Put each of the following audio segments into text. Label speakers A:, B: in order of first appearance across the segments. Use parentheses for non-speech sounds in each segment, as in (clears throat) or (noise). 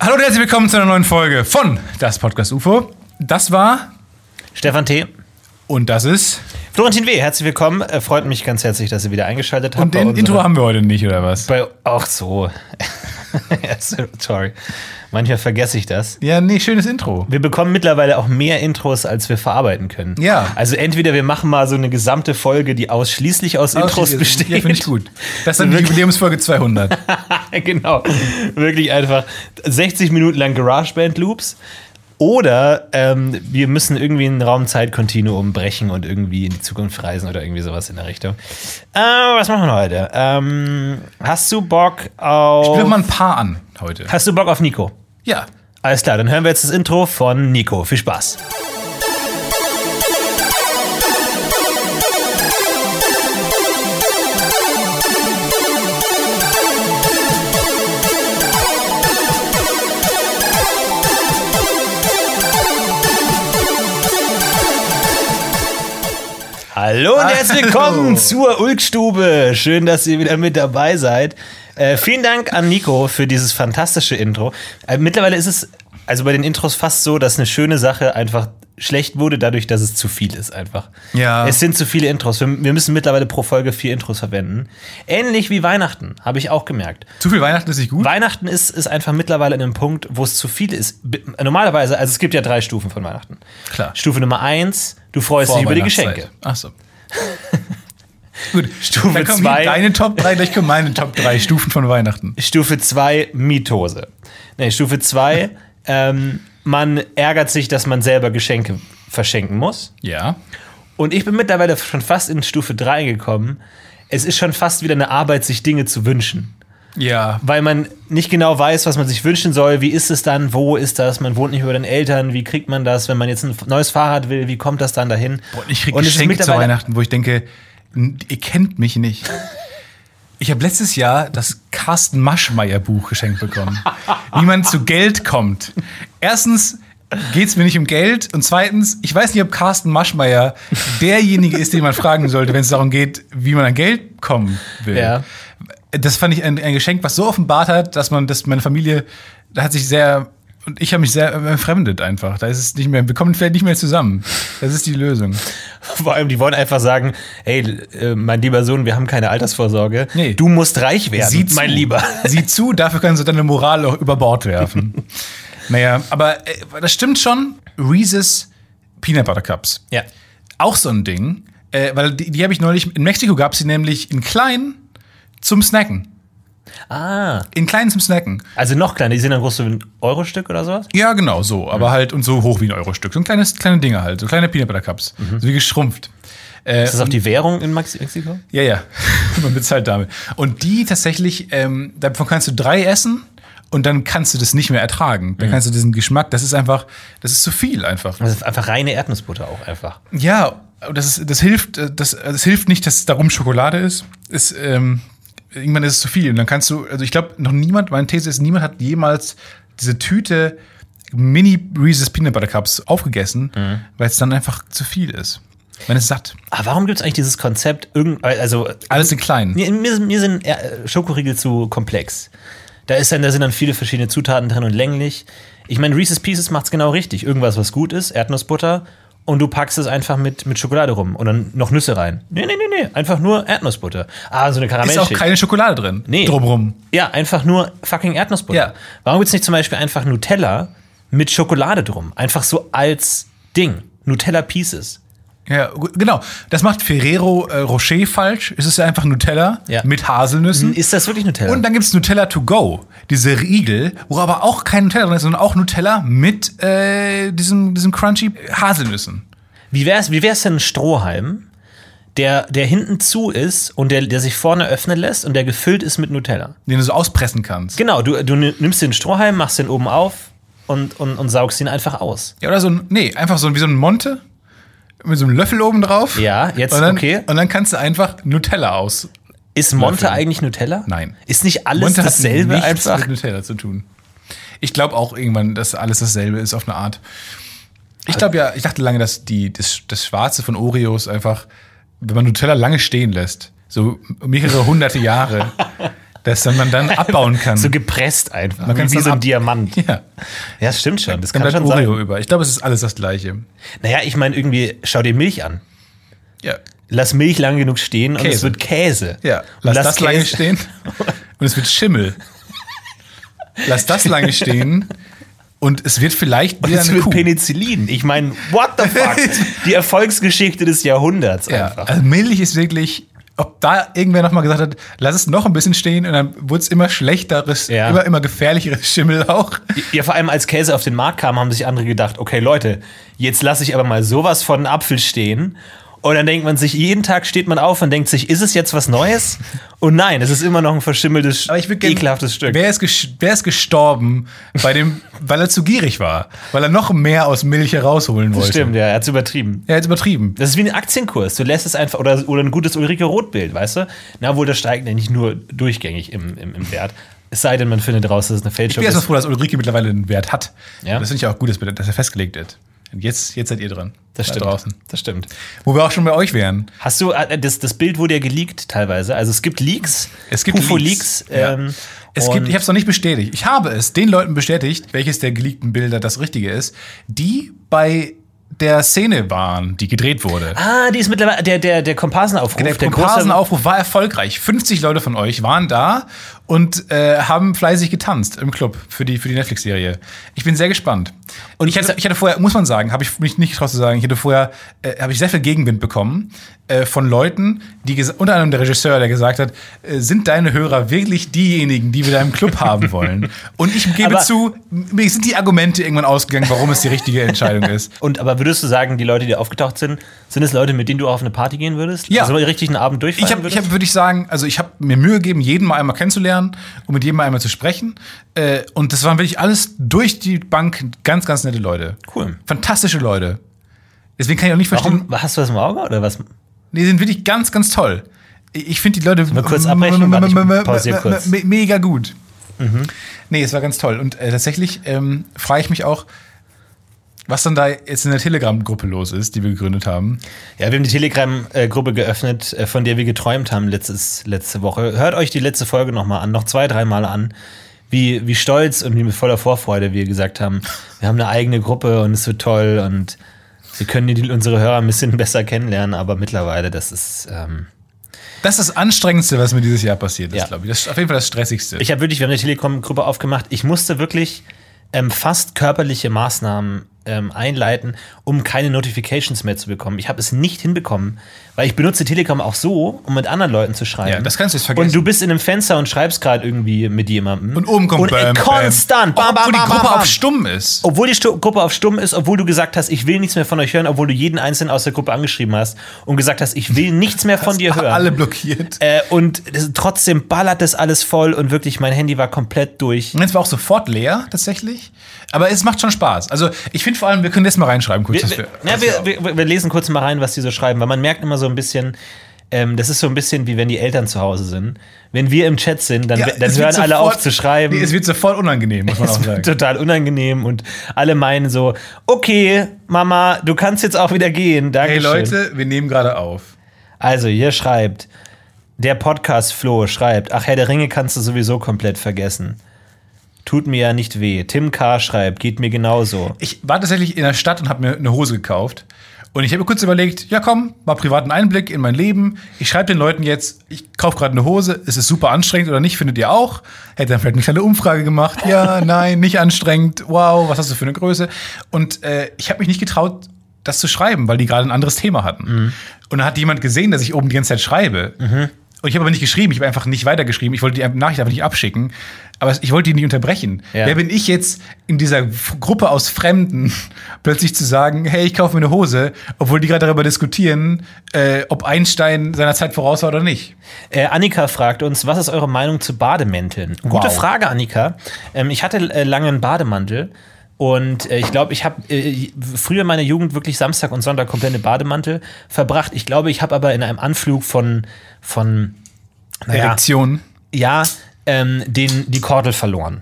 A: Hallo und herzlich willkommen zu einer neuen Folge von Das Podcast UFO. Das war
B: Stefan T.
A: und das ist.
B: Florentin W., herzlich willkommen. Äh, Freut mich ganz herzlich, dass ihr wieder eingeschaltet habt.
A: Und den
B: unserer-
A: Intro haben wir heute nicht, oder
B: (laughs)
A: was?
B: Bei, ach so. (laughs) Sorry. Manchmal vergesse ich das.
A: Ja, nee, schönes Intro.
B: Wir bekommen mittlerweile auch mehr Intros, als wir verarbeiten können.
A: Ja.
B: Also entweder wir machen mal so eine gesamte Folge, die ausschließlich aus Intros besteht.
A: Also, Ja, finde ich gut. Das ist dann die Jubiläumsfolge (laughs) 200.
B: (laughs) genau. Wirklich einfach 60 Minuten lang Garageband-Loops. Oder ähm, wir müssen irgendwie ein Raumzeitkontinuum brechen und irgendwie in die Zukunft reisen oder irgendwie sowas in der Richtung. Äh, was machen wir heute? Ähm, hast du Bock
A: Ich will
B: auf.
A: mal ein paar an heute.
B: Hast du Bock auf Nico?
A: Ja.
B: Alles klar, dann hören wir jetzt das Intro von Nico. Viel Spaß. Hallo und herzlich willkommen zur Ulkstube. Schön, dass ihr wieder mit dabei seid. Äh, vielen Dank an Nico für dieses fantastische Intro. Äh, mittlerweile ist es also bei den Intros fast so, dass eine schöne Sache einfach schlecht wurde, dadurch, dass es zu viel ist einfach.
A: Ja.
B: Es sind zu viele Intros. Wir, wir müssen mittlerweile pro Folge vier Intros verwenden. Ähnlich wie Weihnachten, habe ich auch gemerkt.
A: Zu viel Weihnachten ist nicht gut.
B: Weihnachten ist, ist einfach mittlerweile an einem Punkt, wo es zu viel ist. B- Normalerweise, also es gibt ja drei Stufen von Weihnachten.
A: Klar.
B: Stufe Nummer eins, du freust dich über die Geschenke.
A: Ach so. (laughs) gut.
B: Stufe
A: Dann kommen
B: zwei.
A: hier deine Top 3, gleich kommen meine Top 3 Stufen von Weihnachten.
B: Stufe 2 Miethose. Nee, Stufe
A: (laughs)
B: 2, ähm, man ärgert sich, dass man selber Geschenke verschenken muss.
A: Ja.
B: Und ich bin mittlerweile schon fast in Stufe 3 gekommen. Es ist schon fast wieder eine Arbeit, sich Dinge zu wünschen.
A: Ja.
B: Weil man nicht genau weiß, was man sich wünschen soll. Wie ist es dann? Wo ist das? Man wohnt nicht über den Eltern. Wie kriegt man das? Wenn man jetzt ein neues Fahrrad will, wie kommt das dann dahin?
A: Und ich krieg
B: es ist
A: Geschenke zu
B: mittlerweile-
A: Weihnachten, wo ich denke, n- ihr kennt mich nicht. Ich habe letztes Jahr das Carsten Maschmeyer Buch geschenkt bekommen. Wie man zu Geld kommt. Erstens geht es mir nicht um Geld und zweitens, ich weiß nicht, ob Carsten Maschmeyer derjenige ist, den man fragen sollte, wenn es darum geht, wie man an Geld kommen will.
B: Ja.
A: Das fand ich ein, ein Geschenk, was so offenbart hat, dass man, dass meine Familie, da hat sich sehr und ich habe mich sehr äh, entfremdet einfach. Da ist es nicht mehr, wir kommen vielleicht nicht mehr zusammen. Das ist die Lösung.
B: (laughs) Vor allem, die wollen einfach sagen, hey, äh, mein lieber Sohn, wir haben keine Altersvorsorge.
A: Nee.
B: Du musst reich werden,
A: Sieh zu.
B: mein Lieber. (laughs)
A: (laughs) Sieh zu, dafür kannst du deine Moral auch über Bord werfen. naja, aber äh, das stimmt schon. Reese's Peanut Butter Cups.
B: Ja.
A: Auch so ein Ding, äh, weil die, die habe ich neulich, in Mexiko gab es die nämlich in klein zum Snacken.
B: Ah.
A: In klein zum Snacken.
B: Also noch kleiner, die sind dann groß so wie ein Euro-Stück oder sowas?
A: Ja, genau, so.
B: Mhm.
A: Aber halt und so hoch wie ein Euro-Stück. So ein kleines, kleine Dinge halt. So kleine Peanut Butter Cups.
B: Mhm.
A: So wie geschrumpft.
B: Ist das auch die Währung in Max- Mexiko?
A: Ja, ja. (laughs) Man bezahlt damit. Und die tatsächlich, ähm, davon kannst du drei essen und dann kannst du das nicht mehr ertragen.
B: Mhm.
A: Dann kannst du diesen Geschmack, das ist einfach, das ist zu viel einfach.
B: Das ist einfach reine Erdnussbutter auch einfach.
A: Ja, und das, ist, das hilft, äh, das, das hilft nicht, dass darum Schokolade ist. ist ähm, irgendwann ist es zu viel. Und dann kannst du, also ich glaube, noch niemand, meine These ist, niemand hat jemals diese Tüte Mini Reese's Peanut Butter Cups aufgegessen,
B: Mhm.
A: weil es dann einfach zu viel ist. Man ist satt.
B: Aber Ah, warum gibt es eigentlich dieses Konzept, irgend- also
A: Alles in klein.
B: Mir, mir, sind- mir sind äh, Schokoriegel zu komplex. Da, ist dann, da sind dann viele verschiedene Zutaten drin und länglich. Ich meine, Reese's Pieces macht's genau richtig. Irgendwas, was gut ist, Erdnussbutter. Und du packst es einfach mit, mit Schokolade rum und dann noch Nüsse rein. Nee, nee, nee, nee. Einfach nur Erdnussbutter. Ah, so eine
A: Ist auch
B: Karamellschicht.
A: keine Schokolade drin.
B: Nee.
A: Drumrum.
B: ja, einfach nur fucking Erdnussbutter.
A: Ja.
B: Warum gibt's nicht zum Beispiel einfach Nutella mit Schokolade drum? Einfach so als Ding. Nutella Pieces.
A: Ja, gu- genau. Das macht Ferrero äh, Rocher falsch. Es ist ja einfach Nutella
B: Ja. Mhm.
A: mit Haselnüssen.
B: Ist das wirklich Nutella?
A: Und dann gibt es Nutella to go, diese Riegel, wo aber auch kein Nutella drin ist, sondern auch Nutella mit äh, diesem, diesem crunchy Haselnüssen.
B: Wie wäre es wie wär's denn ein Strohhalm, der, der hinten zu ist und der, der sich vorne öffnen lässt und der gefüllt ist mit Nutella?
A: Den du so auspressen kannst.
B: Genau, du, du nimmst den Strohhalm, machst den oben auf und, und, und saugst ihn einfach aus.
A: Ja, oder so ein, nee, einfach so ein- wie so ein Monte mit so einem Löffel oben drauf.
B: Ja, jetzt,
A: und dann,
B: okay.
A: Und dann kannst du einfach Nutella aus.
B: Ist Monte
A: Löffel.
B: eigentlich Nutella?
A: Nein.
B: Ist nicht alles
A: Monte hat
B: dasselbe
A: nichts
B: einfach?
A: mit Nutella zu tun. Ich glaube auch irgendwann, dass alles dasselbe ist auf eine Art. Ich glaube ja, ich dachte lange, dass die, das, das Schwarze von Oreos einfach, wenn man Nutella lange stehen lässt, so mehrere
B: (laughs)
A: hunderte Jahre, dass dann man dann abbauen kann.
B: So gepresst einfach.
A: Man
B: wie
A: kann's
B: wie
A: dann
B: so ein
A: ab-
B: Diamant.
A: (laughs) ja,
B: Ja, das stimmt schon. Das
A: dann
B: kann
A: bleibt
B: schon
A: Oreo
B: sein.
A: über. Ich glaube, es ist alles das Gleiche.
B: Naja, ich meine irgendwie, schau dir Milch an.
A: Ja,
B: Lass Milch lang genug stehen und
A: Käse.
B: es wird Käse.
A: ja.
B: Und
A: Lass, das
B: Käse-
A: lange stehen und es wird Schimmel. Lass das
B: (laughs)
A: lange stehen und es wird
B: (laughs)
A: vielleicht
B: Und
A: wieder
B: es
A: eine
B: wird
A: Kuh.
B: Penicillin. Ich meine, what the
A: (laughs)
B: fuck? Die Erfolgsgeschichte des Jahrhunderts
A: Ja,
B: einfach.
A: also Milch ist wirklich, ob da irgendwer nochmal gesagt hat, lass es noch ein bisschen stehen und dann wurde es immer schlechteres,
B: Ja.
A: immer, immer gefährlicheres Schimmel auch.
B: Ja, vor allem als Käse auf den Markt kam, haben sich andere gedacht, okay, Leute, jetzt lasse ich aber mal sowas von Apfel stehen. Und dann denkt man sich, jeden Tag steht man auf und denkt sich, ist es jetzt was Neues? Und nein, es ist immer noch ein verschimmeltes,
A: Aber ich würd gern-
B: ekelhaftes Stück.
A: Wer ist, ges- wer ist gestorben, bei (laughs) dem, weil er zu gierig war? Weil er noch mehr aus Milch herausholen wollte.
B: Stimmt, ja, er hat's übertrieben.
A: Er hat übertrieben.
B: Das ist wie ein Aktienkurs. Du lässt es einfach, oder, oder ein gutes Ulrike Roth-Bild, weißt du? Na wohl, das steigt ja nicht nur durchgängig im, im, im Wert. Es sei denn, man findet raus, dass es eine
A: Ich bin
B: Fälschung
A: erstmal
B: ist.
A: froh, dass Ulrike mittlerweile einen Wert hat.
B: Ja.
A: Das finde ich auch gut, dass wir- dass er festgelegt wird. Und jetzt, jetzt seid ihr dran.
B: Das
A: Da
B: stimmt.
A: draußen.
B: Das stimmt.
A: Wo wir auch schon bei euch wären.
B: Hast du, äh, das, das Bild wurde ja geleakt teilweise. Also es gibt Leaks.
A: Es gibt
B: UFO-Leaks.
A: Leaks, ja.
B: Ähm,
A: Es
B: und-
A: gibt, ich habe es noch nicht bestätigt. Ich habe es den Leuten bestätigt, welches der geleakten Bilder das richtige ist, die bei der Szene waren, die gedreht wurde.
B: Ah, die ist mittlerweile, der, der, der Komparsenaufruf.
A: Der
B: große-
A: Komparsenaufruf war erfolgreich. 50 Leute von euch waren da und äh, haben fleißig getanzt im Club für die, für die Netflix-Serie. Ich bin sehr gespannt. Und äh ich hatte, ich hatte vorher, muss man sagen, habe ich mich nicht getraut zu sagen, ich hatte vorher, äh, habe ich sehr viel Gegenwind bekommen äh, von Leuten, die ges- unter anderem der Regisseur, der gesagt hat, äh, sind deine Hörer wirklich diejenigen, die wir da im Club haben wollen? Und ich gebe
B: Aber-
A: zu, mir sind die Argumente irgendwann ausgegangen, warum es die richtige Entscheidung ist.
B: Und aber würdest du sagen, die Leute, die aufgetaucht sind, sind es Leute, mit denen du auch auf eine Party gehen würdest?
A: Ja.
B: Also richtig einen Abend durchfeiern
A: Ich habe, ich
B: würdest?
A: hab, würde ich sagen, also ich habe mir Mühe gegeben, jeden mal einmal kennenzulernen und mit jedem mal einmal zu sprechen. Äh, und das waren wirklich alles durch die Bank ganz, ganz nette Leute.
B: Cool.
A: Fantastische Leute. Deswegen kann ich auch nicht verstehen.
B: Warum, hast du was im Auge oder was?
A: Nee, die sind wirklich ganz, ganz toll. Ich ich finde die Leute
B: wir kurz abbrechen? Warte, ich pausiere kurz. Mhm.
A: me- mega gut. Nee, es war ganz toll. Und äh, tatsächlich ähm, frage ich mich auch, was dann da jetzt in der Telegram-Gruppe los ist, die wir gegründet haben.
B: Ja, wir haben die Telegram-Gruppe geöffnet, äh, von der wir geträumt haben letztes, letzte Woche. Hört euch die letzte Folge nochmal an, noch zwei, dreimal an, wie, wie stolz und wie mit voller Vorfreude wir gesagt haben, wir haben eine eigene Gruppe und es wird toll und wir können die, unsere Hörer ein bisschen (laughs) besser kennenlernen, aber mittlerweile, das ist. Ähm,
A: Das ist das Anstrengendste, was mir dieses Jahr passiert ist,
B: Ja.
A: glaube ich. Das ist auf jeden Fall das Stressigste.
B: Ich habe wirklich, wir haben eine Telekom-Gruppe aufgemacht. Ich musste wirklich ähm, fast körperliche Maßnahmen ähm, einleiten, um keine Notifications mehr zu bekommen. Ich habe es nicht hinbekommen, weil ich benutze Telegram auch so, um mit anderen Leuten zu schreiben.
A: Ja, das kannst du jetzt vergessen.
B: und du bist in einem Fenster und schreibst gerade irgendwie mit jemandem.
A: und oben
B: und
A: kommt Bam, Bam.
B: konstant. Bam, bam,
A: Obwohl die
B: bam, bam,
A: Gruppe
B: bam.
A: auf Stumm ist.
B: Obwohl die Stu Gruppe auf Stumm ist, obwohl du gesagt hast, ich will nichts mehr von euch hören, obwohl du jeden Einzelnen aus der Gruppe angeschrieben hast und gesagt hast, ich will nichts mehr von dir hören.
A: Alle blockiert.
B: Äh, und das, trotzdem ballert das alles voll und wirklich, mein Handy war komplett durch.
A: Und jetzt war auch sofort leer, tatsächlich. Aber es macht schon Spaß. Also, ich finde vor allem, wir können das mal reinschreiben, kurz.
B: Wir,
A: dass
B: wir,
A: wir-
B: na, wir, wir, wir lesen kurz mal rein, was die so schreiben, weil man merkt immer so ein bisschen, ähm, das ist so ein bisschen wie wenn die Eltern zu Hause sind. Wenn wir im Chat sind, dann,
A: Ja,
B: dann
A: es
B: hören
A: wird
B: alle
A: sofort-
B: auf zu schreiben.
A: Nee, es wird sofort unangenehm, muss man auch
B: Es
A: sagen.
B: wird total unangenehm und alle meinen so, okay, Mama, du kannst jetzt auch wieder gehen.
A: Hey
B: Dankeschön.
A: Leute, wir nehmen gerade auf.
B: Also, hier schreibt, der Podcast Flo schreibt, ach Herr der Ringe kannst du sowieso komplett vergessen. Tut mir ja nicht weh. Tim K. schreibt, geht mir genauso.
A: Ich war tatsächlich in der Stadt und habe mir eine Hose gekauft. Und ich habe mir kurz überlegt, ja komm, mal privaten Einblick in mein Leben. Ich schreibe den Leuten jetzt, ich kaufe gerade eine Hose, ist es super anstrengend oder nicht, findet ihr auch? Hätte dann vielleicht eine kleine Umfrage gemacht. Ja, nein, nicht anstrengend. Wow, was hast du für eine Größe? Und äh, ich habe mich nicht getraut, das zu schreiben, weil die gerade ein anderes Thema hatten. Und dann hat jemand gesehen, dass ich oben die ganze Zeit schreibe. Und ich habe aber nicht geschrieben, ich habe einfach nicht weitergeschrieben. Ich wollte die Nachricht einfach nicht abschicken. Aber ich wollte die nicht unterbrechen.
B: Ja.
A: Wer bin ich jetzt in dieser F- Gruppe aus Fremden, (laughs) plötzlich zu sagen, hey, ich kaufe mir eine Hose, obwohl die gerade darüber diskutieren, äh, ob Einstein seiner Zeit voraus war oder nicht.
B: Äh, Annika fragt uns, was ist eure Meinung zu Bademänteln? Gute
A: Wow.
B: Frage, Annika. Ähm, ich hatte äh, lange einen Bademantel. Und äh, ich glaube, ich habe äh, früher in meiner Jugend wirklich Samstag und Sonntag komplett im Bademantel verbracht. Ich glaube, ich habe aber in einem Anflug von, von naja,
A: Erektion. (laughs)
B: ja, ähm, den, die Kordel verloren.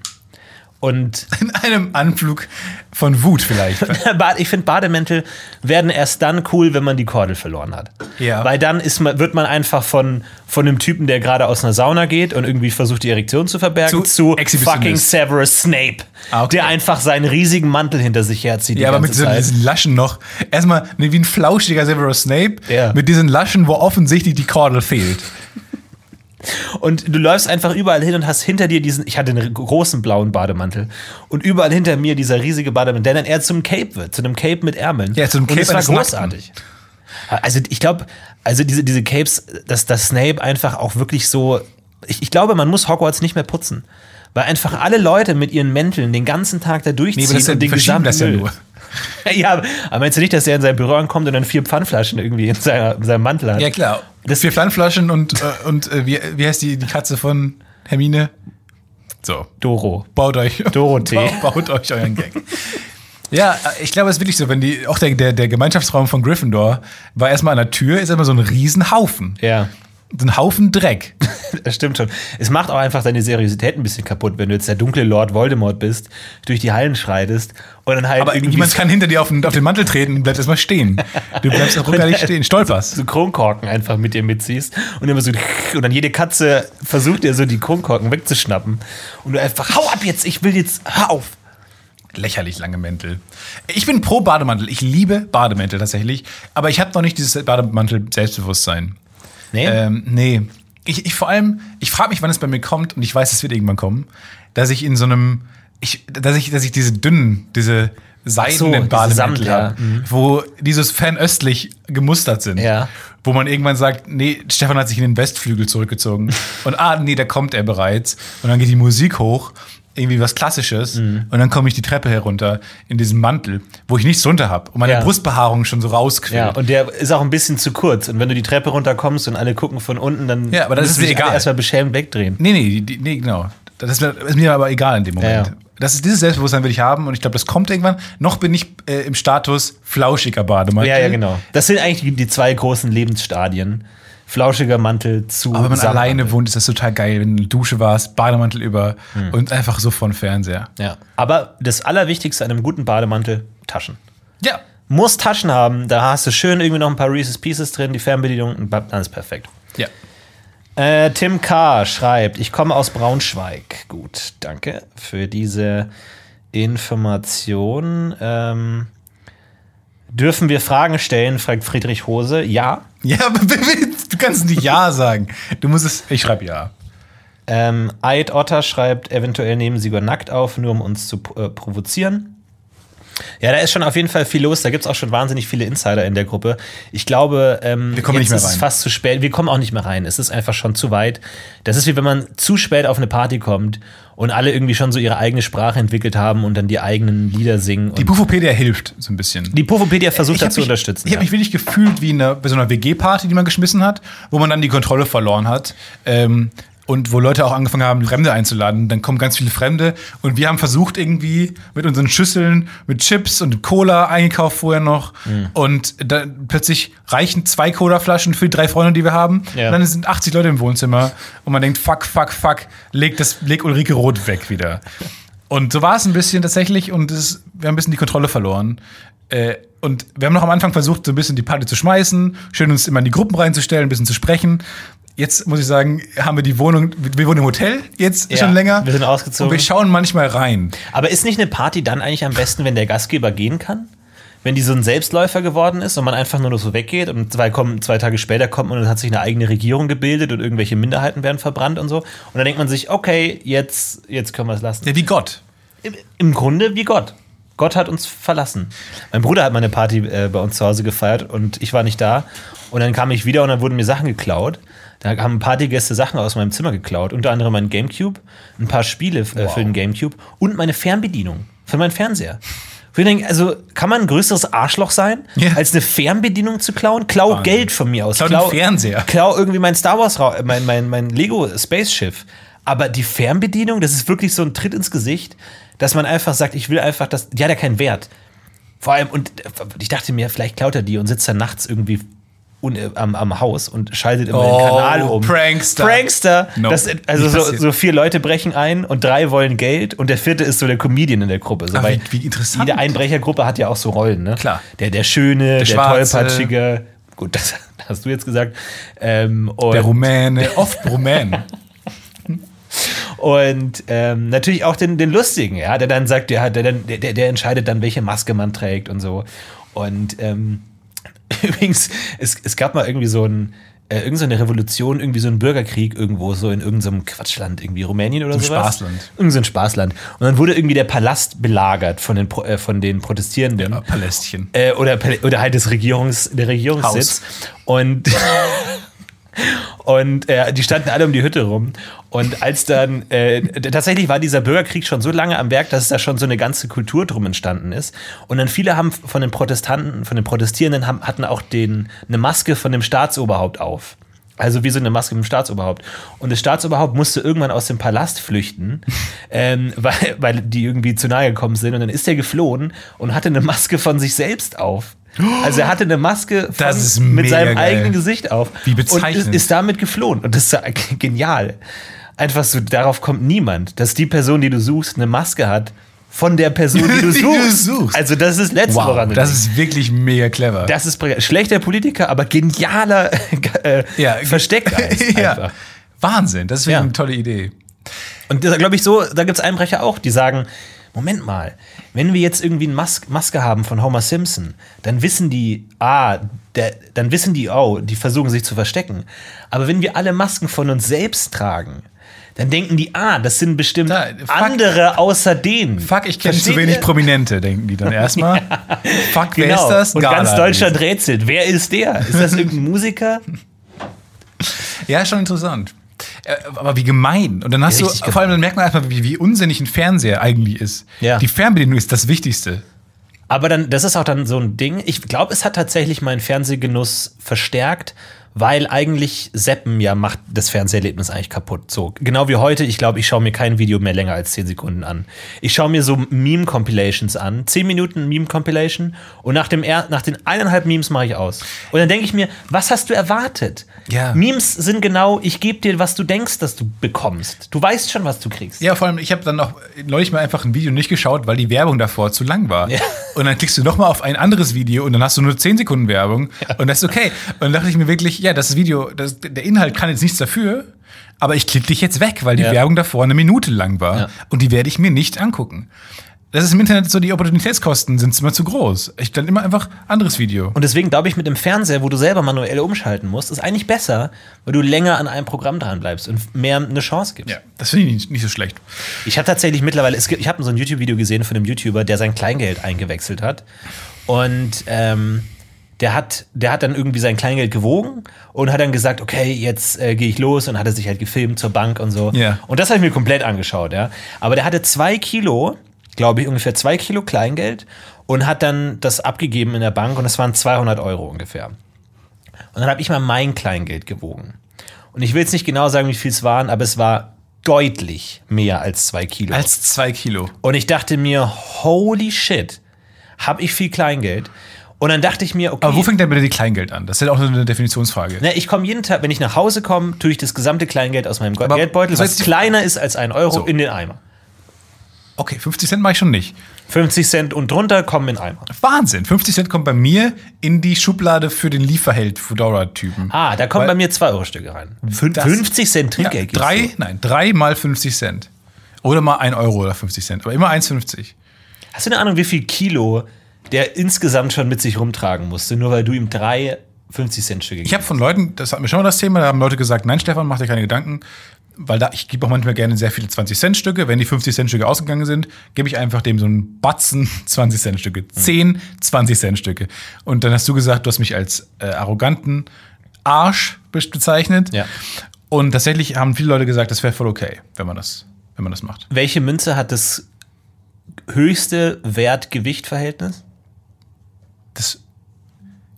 B: Und
A: In einem Anflug von Wut vielleicht.
B: Bad- ich finde, Bademäntel werden erst dann cool, wenn man die Kordel verloren hat.
A: Ja.
B: Weil dann ist man, wird man einfach von, von dem Typen, der gerade aus einer Sauna geht und irgendwie versucht, die Erektion zu verbergen,
A: Zu
B: zu,
A: Exhibitionist.
B: fucking Severus Snape,
A: Ah, okay.
B: der einfach seinen riesigen Mantel hinter sich herzieht. (laughs) die
A: Ja, aber mit
B: ganze
A: diesen,
B: Zeit.
A: diesen Laschen noch. Erstmal ne, wie ein flauschiger Severus Snape.
B: Ja.
A: Mit diesen Laschen, wo offensichtlich die Kordel fehlt.
B: Und du läufst einfach überall hin und hast hinter dir diesen, ich hatte einen großen blauen Bademantel und überall hinter mir dieser riesige Bademantel, der dann eher zum Cape wird, zu einem Cape mit Ärmeln.
A: Ja, zu einem
B: und
A: Cape
B: das war
A: eines Nackten.
B: großartig. Also ich glaube, also diese, diese Capes, dass, dass Snape einfach auch wirklich so, ich, ich glaube, man muss Hogwarts nicht mehr putzen. Weil einfach alle Leute mit ihren Mänteln den ganzen Tag da durchziehen
A: aber das ist ja-
B: und
A: die
B: den
A: verschieben
B: gesamten
A: das ja
B: Müll.
A: nur.
B: (laughs) ja, aber meinst du nicht, dass er in sein Büro ankommt und dann vier Pfandflaschen irgendwie in, seiner, in seinem Mantel hat?
A: Ja, klar.
B: Das-
A: Vier Pfandflaschen und, äh, und äh, wie, wie heißt die, die Katze von Hermine? So,
B: Doro.
A: baut euch.
B: Dorothee.
A: (laughs) Baut, baut euch euren Gag. Ja, äh, ich glaube, es ist wirklich so, wenn die, auch der, der, der Gemeinschaftsraum von Gryffindor war erstmal an der Tür, ist immer so ein Riesenhaufen.
B: Ja.
A: So ein Haufen Dreck.
B: Das stimmt schon. Es macht auch einfach deine Seriosität ein bisschen kaputt, wenn du jetzt der dunkle Lord Voldemort bist, durch die Hallen schreitest und dann halt
A: (laughs) Aber
B: irgendwie
A: jemand kann hinter dir auf den, auf den Mantel treten und bleibt erstmal stehen. Du bleibst auch rückgängig (laughs) stehen, stolperst.
B: so Kronkorken einfach mit dir mitziehst und immer so (laughs) und dann jede Katze versucht dir so die Kronkorken wegzuschnappen und du einfach hau ab jetzt, ich will jetzt hör auf.
A: Lächerlich lange Mäntel. Ich bin pro Bademantel. Ich liebe Bademantel tatsächlich. Aber ich habe noch nicht dieses Bademantel-Selbstbewusstsein.
B: Nee.
A: Ähm, nee. Ich, ich vor allem, ich frage mich, wann es bei mir kommt, und ich weiß, es wird irgendwann kommen, dass ich in so einem, ich, dass ich, dass ich diese dünnen, diese seidenen
B: diese
A: Bademäntel
B: Samt,
A: habe,
B: ja. Mhm.
A: wo dieses fernöstlich gemustert sind,
B: Ja.
A: wo man irgendwann sagt, nee, Stefan hat sich in den Westflügel
B: (laughs)
A: zurückgezogen und ah, nee, da kommt er bereits und dann geht die Musik hoch, irgendwie was Klassisches
B: Mhm.
A: und dann komme ich die Treppe herunter in diesem Mantel, wo ich nichts drunter habe und meine
B: Ja.
A: Brustbehaarung schon so rausquillt.
B: ja, und der ist auch ein bisschen zu kurz. Und wenn du die Treppe runterkommst und alle gucken von unten, dann
A: Ja, aber das
B: müssen
A: ist mir
B: sich alle
A: egal.
B: erstmal beschämt wegdrehen.
A: Nee, nee, die- die, nee genau. Das ist mir, ist mir aber egal in dem Moment.
B: Ja, ja.
A: Das ist, dieses Selbstbewusstsein will ich haben und ich glaube, das kommt irgendwann. Noch bin ich äh, im Status flauschiger Bademantel.
B: Ja, ja, genau. Das sind eigentlich die, die zwei großen Lebensstadien. Flauschiger Mantel zu
A: Aber wenn man
B: Samtmantel.
A: alleine wohnt, ist das total geil, wenn du in der Dusche warst, Bademantel über und einfach so vor den Fernseher.
B: Hm. Ja. Aber das Allerwichtigste an einem guten Bademantel, Taschen.
A: Ja.
B: Muss Taschen haben, da hast du schön irgendwie noch ein paar Reese's Pieces drin, die Fernbedienung, und dann ist perfekt.
A: Ja.
B: Äh, Tim K. schreibt, ich komme aus Braunschweig. Gut, danke für diese Information. Ähm, dürfen wir Fragen stellen, fragt Friedrich Hose. Ja.
A: Ja, aber (laughs) du kannst nicht Ja sagen. Du musst es. Ich schreibe Ja.
B: Ähm, Eid Otter schreibt, eventuell nehmen sie über nackt auf, nur um uns zu äh, provozieren. Ja, da ist schon auf jeden Fall viel los. Da gibt es auch schon wahnsinnig viele Insider in der Gruppe. Ich glaube, ähm,
A: Wir kommen
B: jetzt
A: nicht mehr
B: ist es
A: rein.
B: fast zu spät. Wir kommen auch nicht mehr rein. Es ist einfach schon zu weit. Das ist wie wenn man zu spät auf eine Party kommt und alle irgendwie schon so ihre eigene Sprache entwickelt haben und dann die eigenen Lieder singen.
A: Die
B: und
A: Bufopedia hilft so ein bisschen.
B: die Pufopedia versucht
A: hab
B: dazu
A: mich-
B: unterstützen.
A: Ich habe
B: ja.
A: mich wirklich gefühlt wie in einer, bei so einer WG-Party, die man geschmissen hat, wo man dann die Kontrolle verloren hat. Ähm, und wo Leute auch angefangen haben, Fremde einzuladen. Dann kommen ganz viele Fremde. Und wir haben versucht, irgendwie mit unseren Schüsseln, mit Chips und Cola eingekauft vorher noch.
B: Mhm.
A: Und dann plötzlich reichen zwei Cola-Flaschen für die drei Freunde, die wir haben.
B: Ja.
A: Und dann sind 80 Leute im Wohnzimmer. Und man denkt, fuck, fuck, fuck, leg, das, leg Ulrike Roth weg wieder. Und so war es ein bisschen tatsächlich und es, wir haben ein bisschen die Kontrolle verloren. Äh, und wir haben noch am Anfang versucht, so ein bisschen die Party zu schmeißen, schön uns immer in die Gruppen reinzustellen, ein bisschen zu sprechen. Jetzt muss ich sagen, haben wir die Wohnung, wir wir wohnen im Hotel jetzt
B: Ja,
A: schon länger.
B: wir sind ausgezogen.
A: Und wir schauen manchmal rein.
B: Aber ist nicht eine Party dann eigentlich am besten, wenn der Gastgeber gehen kann? Wenn die so ein Selbstläufer geworden ist und man einfach nur noch so weggeht und zwei, kommen, zwei Tage später kommt man und hat sich eine eigene Regierung gebildet und irgendwelche Minderheiten werden verbrannt und so. Und dann denkt man sich, okay, jetzt, jetzt können wir es lassen.
A: Ja, wie Gott.
B: Im, Im Grunde wie Gott. Gott hat uns verlassen. Mein Bruder hat meine Party äh, bei uns zu Hause gefeiert und ich war nicht da. Und dann kam ich wieder und dann wurden mir Sachen geklaut. Da haben Partygäste Sachen aus meinem Zimmer geklaut. Unter anderem mein Gamecube, ein paar Spiele äh, für den Gamecube und meine Fernbedienung für meinen Fernseher. Wo ich denke, also kann man ein größeres Arschloch sein,
A: Ja.
B: als eine Fernbedienung zu klauen? Klau Geld von mir aus.
A: Klau den Fernseher.
B: Klau irgendwie mein Star Wars, Ra- äh, mein, mein, mein Lego Spaceschiff. Aber die Fernbedienung, das ist wirklich so ein Tritt ins Gesicht, dass man einfach sagt, ich will einfach, dass, die hat ja keinen Wert. Vor allem, und äh, ich dachte mir, vielleicht klaut er die und sitzt dann nachts irgendwie un, äh, am, am Haus und schaltet immer
A: Oh,
B: den Kanal um.
A: Prankster.
B: Prankster.
A: No,
B: das, äh, also
A: nicht
B: so,
A: passiert.
B: so vier Leute brechen ein und drei wollen Geld und der vierte ist so der Comedian in der Gruppe. So,
A: Ah,
B: weil
A: wie- wie interessant.
B: Jede Einbrechergruppe hat ja auch so Rollen, ne?
A: Klar.
B: Der, der Schöne, der,
A: Schwarze.
B: Tollpatschige. Gut, (laughs) das hast du jetzt gesagt. Ähm, und
A: Der Rumäne, oft
B: (laughs)
A: Rumän.
B: und ähm, natürlich auch den, den Lustigen, ja, der dann sagt, der, hat- der, dann- der, der- der entscheidet dann, welche Maske man trägt und so. Und ähm, (laughs) übrigens, es, es gab mal irgendwie so ein. Äh, irgend so eine Revolution, irgendwie so ein Bürgerkrieg irgendwo, so in irgendeinem Quatschland, irgendwie Rumänien oder
A: So ein
B: sowas.
A: Spaßland.
B: Irgend so ein Spaßland. Und dann wurde irgendwie der Palast belagert von den, Pro- äh, von den Protestierenden.
A: Ja, Ah, Palästchen.
B: Äh, oder, Pal- oder halt des Regierungs, der Regierungssitz. Und, und äh, die standen alle um die Hütte rum. Und als dann, äh, t- tatsächlich war dieser Bürgerkrieg schon so lange am Werk, dass da schon so eine ganze Kultur drum entstanden ist. Und dann viele haben von den Protestanten, von den Protestierenden haben, hatten auch den, eine Maske von dem Staatsoberhaupt auf. Also wie so eine Maske mit dem Staatsoberhaupt. Und das Staatsoberhaupt musste irgendwann aus dem Palast flüchten,
A: (laughs)
B: ähm, weil, weil die irgendwie zu nahe gekommen sind. Und dann ist er geflohen und hatte eine Maske von sich selbst auf. Also er hatte eine Maske von,
A: Das ist
B: mit
A: mega
B: seinem
A: geil.
B: eigenen Gesicht auf.
A: Wie bezeichnend.
B: Und ist, ist damit geflohen. Und das ist ja (laughs) genial. Einfach so, darauf kommt niemand, dass die Person, die du suchst, eine Maske hat von der Person, die du
A: (laughs) Die
B: suchst.
A: du suchst.
B: Also das ist letztes woran
A: Wow,
B: du
A: das
B: denkst.
A: ist wirklich mega clever.
B: das ist brillant. schlechter Politiker, aber genialer (laughs) äh,
A: Ja. (laughs)
B: versteckt einfach.
A: ja. Wahnsinn, das ist wirklich
B: Ja.
A: eine tolle Idee.
B: Und das glaube ich so, da gibt es Einbrecher auch, die sagen, Moment mal, wenn wir jetzt irgendwie eine Mas Maske haben von Homer Simpson, dann wissen die, ah, der, dann wissen die, oh, die versuchen sich zu verstecken. Aber wenn wir alle Masken von uns selbst tragen, dann denken die, ah, das sind bestimmt
A: Da, fuck.
B: andere außer denen.
A: Fuck, ich kenne zu
B: Versteht
A: wenig
B: ihr?
A: Prominente, denken
B: (laughs)
A: die dann erstmal. Fuck, wer
B: Genau.
A: ist das?
B: Und ganz
A: Gala.
B: Deutschland rätselt. Wer ist der? Ist das irgendein
A: (laughs)
B: Musiker?
A: Ja, schon interessant. Äh, Aber wie gemein. Und dann hast
B: Ja,
A: du,
B: richtig
A: vor allem dann merkt man erstmal, wie, wie unsinnig ein Fernseher eigentlich ist.
B: Ja.
A: Die Fernbedienung ist das Wichtigste.
B: Aber dann, das ist auch dann so ein Ding. Ich glaube, es hat tatsächlich meinen Fernsehgenuss verstärkt, weil eigentlich Seppen ja macht das Fernseherlebnis eigentlich kaputt. So, genau wie heute, ich glaube, ich schaue mir kein Video mehr länger als 10 Sekunden an. Ich schaue mir so Meme-Compilations an. 10 Minuten Meme-Compilation und nach, dem er nach den eineinhalb Memes mache ich aus. Und dann denke ich mir, was hast du erwartet?
A: Ja.
B: Memes sind genau, ich gebe dir, was du denkst, dass du bekommst. Du weißt schon, was du kriegst.
A: Ja, vor allem, ich habe dann auch neulich mal einfach ein Video nicht geschaut, weil die Werbung davor zu lang war.
B: Ja.
A: Und dann klickst du nochmal auf ein anderes Video und dann hast du nur 10 Sekunden Werbung. Und das ist okay. Und dann dachte ich mir wirklich, ja, das Video, das, der Inhalt kann jetzt nichts dafür, aber ich klicke dich jetzt weg, weil die
B: Ja.
A: Werbung davor eine Minute lang war.
B: Ja.
A: Und die werde ich mir nicht angucken. Das ist im Internet so, die Opportunitätskosten sind immer zu groß. Ich dann immer einfach anderes Video.
B: Und deswegen glaube ich, mit dem Fernseher, wo du selber manuell umschalten musst, ist eigentlich besser, weil du länger an einem Programm dran bleibst und mehr eine Chance gibst.
A: Ja, das finde ich nicht, nicht so schlecht.
B: Ich habe tatsächlich mittlerweile, es gibt, ich habe so ein YouTube-Video gesehen von einem YouTuber, der sein Kleingeld eingewechselt hat. Und ähm, der, hat, der hat dann irgendwie sein Kleingeld gewogen und hat dann gesagt, okay, jetzt äh, gehe ich los und hat er sich halt gefilmt zur Bank und so.
A: Ja.
B: Und das habe ich mir komplett angeschaut, ja. Aber der hatte zwei Kilo, glaube ich, ungefähr zwei Kilo Kleingeld und hat dann das abgegeben in der Bank und es waren 200 Euro ungefähr. Und dann habe ich mal mein Kleingeld gewogen. Und ich will jetzt nicht genau sagen, wie viel es waren, aber es war deutlich mehr als zwei Kilo.
A: Als zwei Kilo.
B: Und ich dachte mir, holy shit, hab ich viel Kleingeld. Und dann dachte ich mir, okay.
A: Aber wo fängt denn bitte die Kleingeld an? Das ist ja auch so eine Definitionsfrage.
B: na, ich komme jeden Tag, wenn ich nach Hause komme, tue ich das gesamte Kleingeld aus meinem Go-
A: Aber
B: Geldbeutel,
A: soll
B: was
A: ich-
B: kleiner ist als ein Euro,
A: So.
B: in den Eimer.
A: Okay, 50 Cent mache ich schon nicht.
B: 50 Cent und drunter kommen in den Eimer.
A: Wahnsinn. 50 Cent kommt bei mir in die Schublade für den Lieferheld Fudora-Typen.
B: Ah, da kommen
A: Weil-
B: bei mir 2 Euro Stücke rein. Fün-
A: Das-
B: 50 Cent
A: Ja,
B: Trinkgeld. gibst
A: drei, nein, drei mal 50 Cent. Oder mal 1 Euro oder 50 Cent. Aber immer 1,50.
B: du. Hast du eine Ahnung, wie viel Kilo der insgesamt schon mit sich rumtragen musste, nur weil du ihm drei 50 Cent Stücke
A: Ich habe von Leuten, das hatten wir schon mal das Thema, da haben Leute gesagt, nein, Stefan, mach dir keine Gedanken. Weil da, ich gebe auch manchmal gerne sehr viele 20-Cent-Stücke. Wenn die 50-Cent-Stücke ausgegangen sind, gebe ich einfach dem so einen Batzen (laughs)
B: Mhm.
A: 20-Cent-Stücke. Zehn 20-Cent-Stücke. Und dann hast du gesagt, du hast mich als äh, arroganten Arsch be- bezeichnet.
B: Ja.
A: Und tatsächlich haben viele Leute gesagt, das wäre voll okay, wenn man das, wenn man das macht.
B: Welche Münze hat das höchste Wert-Gewicht-Verhältnis?
A: Das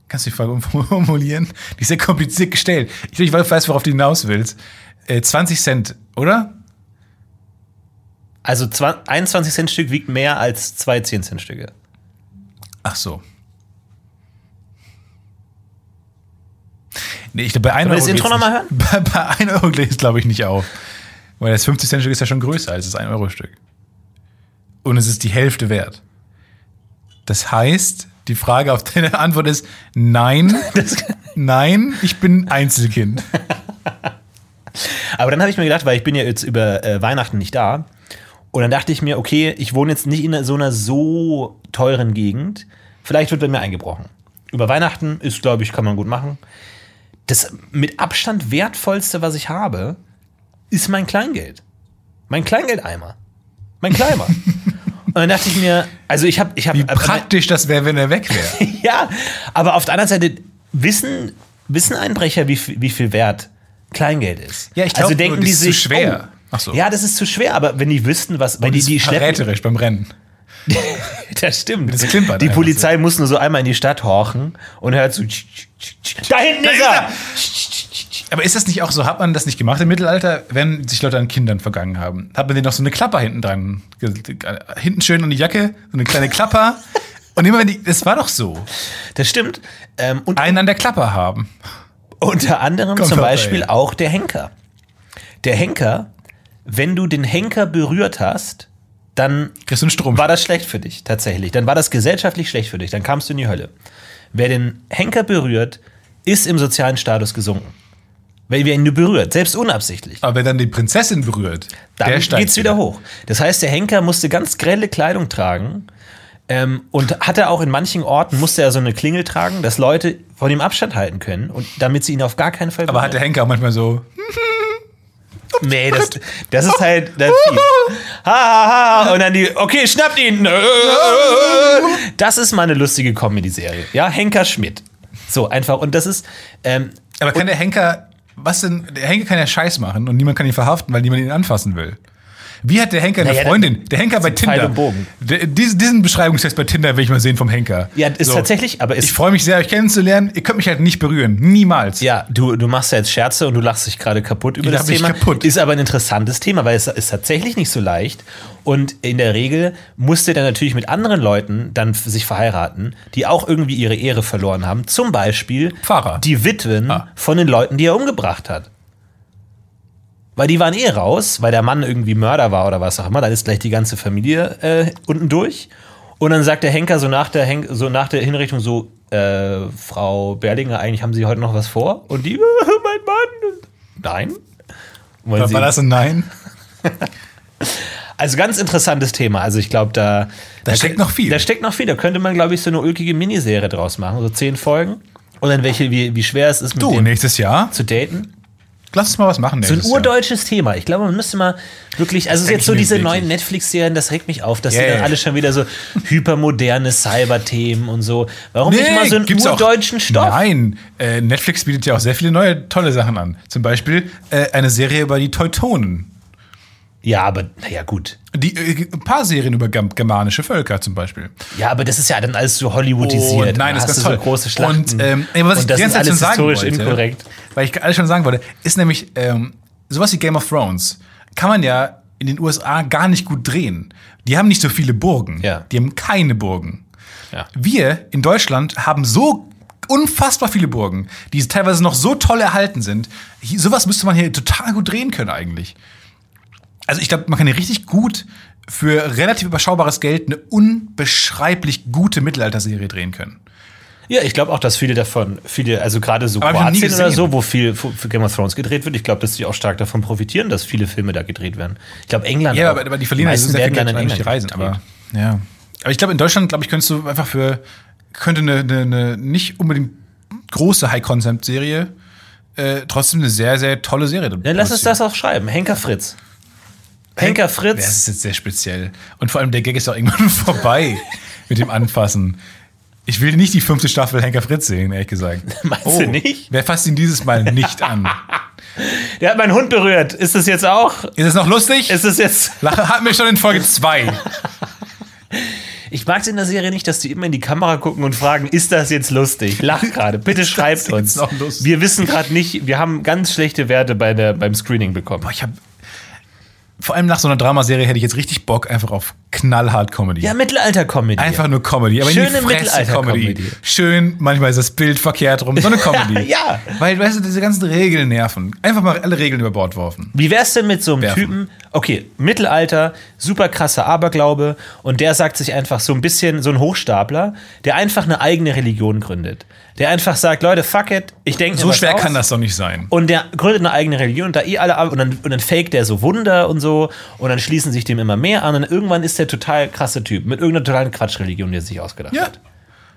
A: kannst du die Frage umformulieren. Die ist sehr kompliziert gestellt. Ich, glaub, ich weiß, worauf du hinaus willst. Äh, 20 Cent, oder?
B: Also 20 21 Cent Stück wiegt mehr als zwei 10 Cent Stücke.
A: Ach so. Nee, ich glaube, bei 1
B: wir
A: Euro.
B: das Intro
A: geht's
B: noch mal
A: nicht- Bei, bei 1 Euro es, glaube ich, nicht auf. Weil das 50-Cent-Stück ist ja schon größer als das 1-Euro-Stück. Und es ist die Hälfte wert. Das heißt, die Frage auf deine Antwort ist:
B: (laughs)
A: Nein, nein, ich bin Einzelkind.
B: Aber dann habe ich mir gedacht, weil ich bin ja jetzt über äh, Weihnachten nicht da. Und dann dachte ich mir, okay, ich wohne jetzt nicht in so einer so teuren Gegend. Vielleicht wird bei mir eingebrochen. Über Weihnachten ist, glaube ich, kann man gut machen. Das mit Abstand wertvollste, was ich habe, ist mein Kleingeld. Mein Kleingeldeimer. Mein
A: (laughs)
B: Kleimer. Und dann dachte ich mir, also ich habe, ich habe
A: Wie praktisch das wäre, wenn er weg
B: (laughs)
A: wäre.
B: ja, aber auf der anderen Seite wissen, wissen Einbrecher, wie, viel- wie viel wert Kleingeld ist.
A: Ja, ich glaub,
B: also
A: nur,
B: denken
A: das
B: die
A: ist zu
B: sich,
A: schwer.
B: Oh,
A: Ach so.
B: Ja, das ist zu schwer, aber wenn die wüssten, was, wenn die,
A: Das
B: die
A: ist
B: schleppen,
A: verräterisch beim Rennen.
B: (laughs) das stimmt.
A: Das klimpert
B: die
A: einfach
B: Polizei muss nur so einmal in die Stadt horchen und hört so, tsch, tsch, tsch, tsch, da hinten ist er!
A: Aber ist das nicht auch so, hat man das nicht gemacht im Mittelalter, wenn sich Leute an Kindern vergangen haben? Hat man denen noch so eine Klapper hinten dran, ge- ge- hinten schön an die Jacke, so eine kleine Klapper. Und immer wenn die, das war doch so,
B: Das stimmt. Ähm, und
A: einen an der Klapper haben.
B: Unter anderem
A: Kommt
B: zum
A: vorbei.
B: Beispiel auch der Henker. Der Henker, wenn du den Henker berührt hast, dann
A: Kriegst du einen Strumpf.
B: Um war das schlecht für dich, tatsächlich. Dann war das gesellschaftlich schlecht für dich, dann kamst du in die Hölle. Wer den Henker berührt, ist im sozialen Status gesunken. Weil wer ihn nur berührt, selbst unabsichtlich,
A: Aber wenn dann die Prinzessin berührt,
B: dann
A: der
B: geht's
A: steigt
B: wieder, hoch. Das heißt, der Henker musste ganz grelle Kleidung tragen ähm, und hatte auch in manchen Orten, musste er so eine Klingel tragen, dass Leute von ihm Abstand halten können und damit sie ihn auf gar keinen Fall
A: Aber hat der Henker auch manchmal so,
B: Nee, das, das ist halt das Vieh. Ha, ha, ha. Und dann die, okay, schnappt ihn. Das ist mal eine lustige Comedy-Serie. Ja, Henker Schmidt. So, einfach. Und das ist, ähm,
A: aber kann der Henker, was denn, der Henker kann ja Scheiß machen und niemand kann ihn verhaften, weil niemand ihn anfassen will. Wie hat der Henker eine
B: Naja,
A: Freundin? Der Henker bei
B: Pfeil
A: Tinder.
B: und Bogen.
A: Der, diesen, diesen Beschreibungstest bei Tinder will ich mal sehen vom Henker.
B: ja, ist tatsächlich, aber
A: Ich
B: ist,
A: freue mich sehr, euch kennenzulernen. Ihr könnt mich halt nicht berühren. Niemals.
B: ja, du, du machst ja jetzt Scherze und du lachst dich gerade kaputt über
A: Ich
B: das
A: lach mich
B: Thema.
A: kaputt.
B: Ist aber ein interessantes Thema, weil es ist tatsächlich nicht so leicht. Und in der Regel musste dann natürlich mit anderen Leuten dann f- sich verheiraten, die auch irgendwie ihre Ehre verloren haben. Zum Beispiel
A: Pfarrer.
B: die Witwen
A: Ah.
B: von den Leuten, die er umgebracht hat. Weil die waren eh raus, weil der Mann irgendwie Mörder war oder was auch immer. Dann ist gleich die ganze Familie äh, unten durch. Und dann sagt der Henker so nach der, Hen so nach der Hinrichtung so, äh, Frau Berlinger, eigentlich haben Sie heute noch was vor? Und die, (laughs) mein Mann, nein. Wollen
A: War,
B: Sie- (laughs)
A: war das ein Nein?
B: Also ganz interessantes Thema. Also ich glaube, da,
A: Da steckt noch viel.
B: Da steckt noch viel. Da könnte man, glaube ich, so eine ulkige Miniserie draus machen. So zehn Folgen. Und dann welche, wie, wie schwer es ist, mit
A: Du,
B: dem
A: nächstes Jahr,
B: zu daten.
A: lass uns mal was machen.
B: So ein
A: nächstes Jahr.
B: urdeutsches Thema. Ich glaube, man müsste mal wirklich, also
A: denk
B: jetzt so
A: ich mir
B: diese
A: wirklich.
B: neuen Netflix-Serien, das regt mich auf, dass
A: Ja,
B: die dann
A: ja.
B: alle schon wieder so hypermoderne Cyber-Themen und so. Warum nicht mal so einen
A: gibt's auch-
B: urdeutschen Stoff?
A: Nein, äh, Netflix bietet ja auch sehr viele neue tolle Sachen an. Zum Beispiel äh, eine Serie über die Teutonen.
B: Ja, aber naja, gut.
A: Die, äh, ein paar Serien über gam- germanische Völker zum Beispiel.
B: Ja, aber das ist ja dann alles so
A: Und
B: hollywoodisiert.
A: Oh, nein, das
B: Dann
A: ist ganz
B: hast du
A: toll.
B: so große Schlachten.
A: Und, ähm, aber was ich
B: Und das
A: die ganze
B: ist
A: Zeit
B: alles
A: schon sagen
B: historisch
A: wollte,
B: inkorrekt.
A: Weil ich alles schon sagen wollte, ist nämlich ähm, sowas wie Game of Thrones kann man ja in den USA gar nicht gut drehen. Die haben nicht so viele Burgen.
B: Ja.
A: Die haben keine Burgen.
B: Ja.
A: Wir in Deutschland haben so unfassbar viele Burgen, die teilweise noch so toll erhalten sind. Hier, sowas müsste man hier total gut drehen können eigentlich. Also ich glaube, man kann hier richtig gut für relativ überschaubares Geld eine unbeschreiblich gute Mittelalterserie drehen können.
B: Ja, ich glaube auch, dass viele davon, viele, also gerade so
A: Aber hab ich noch nie
B: Kroatien oder
A: gesehen.
B: so, wo viel für für Game of Thrones gedreht wird, ich glaube, dass die auch stark davon profitieren, dass viele Filme da gedreht werden. Ich glaube, England.
A: Ja,
B: auch.
A: aber, aber die verlieren ja
B: meisten
A: sehr viel
B: werden
A: Geld
B: dann in
A: durch die
B: England
A: Reisen.
B: gedreht.
A: Aber, ja. aber ich glaube, in Deutschland, glaube ich, könntest du einfach für könnte eine, eine, eine nicht unbedingt große High-Concept-Serie äh, trotzdem eine sehr, sehr tolle Serie.
B: Dann lass uns das auch schreiben. Henker Fritz. Henker
A: Das
B: Fritz.
A: ist jetzt sehr speziell. Und vor allem der Gag ist auch irgendwann (laughs) vorbei mit dem Anfassen. Ich will nicht die fünfte Staffel Henker Fritz sehen, ehrlich gesagt.
B: (laughs)
A: Oh,
B: Meinst du nicht?
A: Wer fasst ihn dieses Mal
B: (laughs)
A: nicht an?
B: Der hat meinen Hund berührt. Ist das jetzt auch?
A: Ist es noch lustig?
B: Ist das jetzt. (laughs)
A: Lache hatten wir schon in Folge 2.
B: Ich mag es in der Serie nicht, dass die immer in die Kamera gucken und fragen, ist das jetzt lustig? Lach gerade. Bitte schreibt
A: jetzt
B: uns.
A: noch lustig?
B: Wir wissen gerade nicht, wir haben ganz schlechte Werte bei der, beim Screening bekommen.
A: Boah, Oh, ich habe vor allem nach so einer Dramaserie hätte ich jetzt richtig Bock einfach auf knallhart Comedy.
B: Ja, Mittelalter-Comedy.
A: einfach nur Comedy, aber
B: Schöne
A: in die Fresse Comedy.
B: Mittelalter-Comedy.
A: Schön, manchmal ist das Bild verkehrt rum, so eine
B: (laughs)
A: Comedy.
B: Ja, ja.
A: Weil weißt du, diese ganzen Regeln nerven. Einfach mal alle Regeln über Bord werfen.
B: Wie wär's denn mit so einem
A: Werfen.
B: Typen, okay, Mittelalter, super krasser Aberglaube und der sagt sich einfach so ein bisschen, so ein Hochstapler, der einfach eine eigene Religion gründet. Der einfach sagt, Leute, fuck it, ich denke
A: So schwer kann das doch nicht sein.
B: Und der gründet eine eigene Religion und da eh alle ab und dann, und dann faked der so Wunder und so und dann schließen sich dem immer mehr an und irgendwann ist der total krasse Typ mit irgendeiner totalen Quatschreligion, die er sich ausgedacht
A: Ja.
B: hat.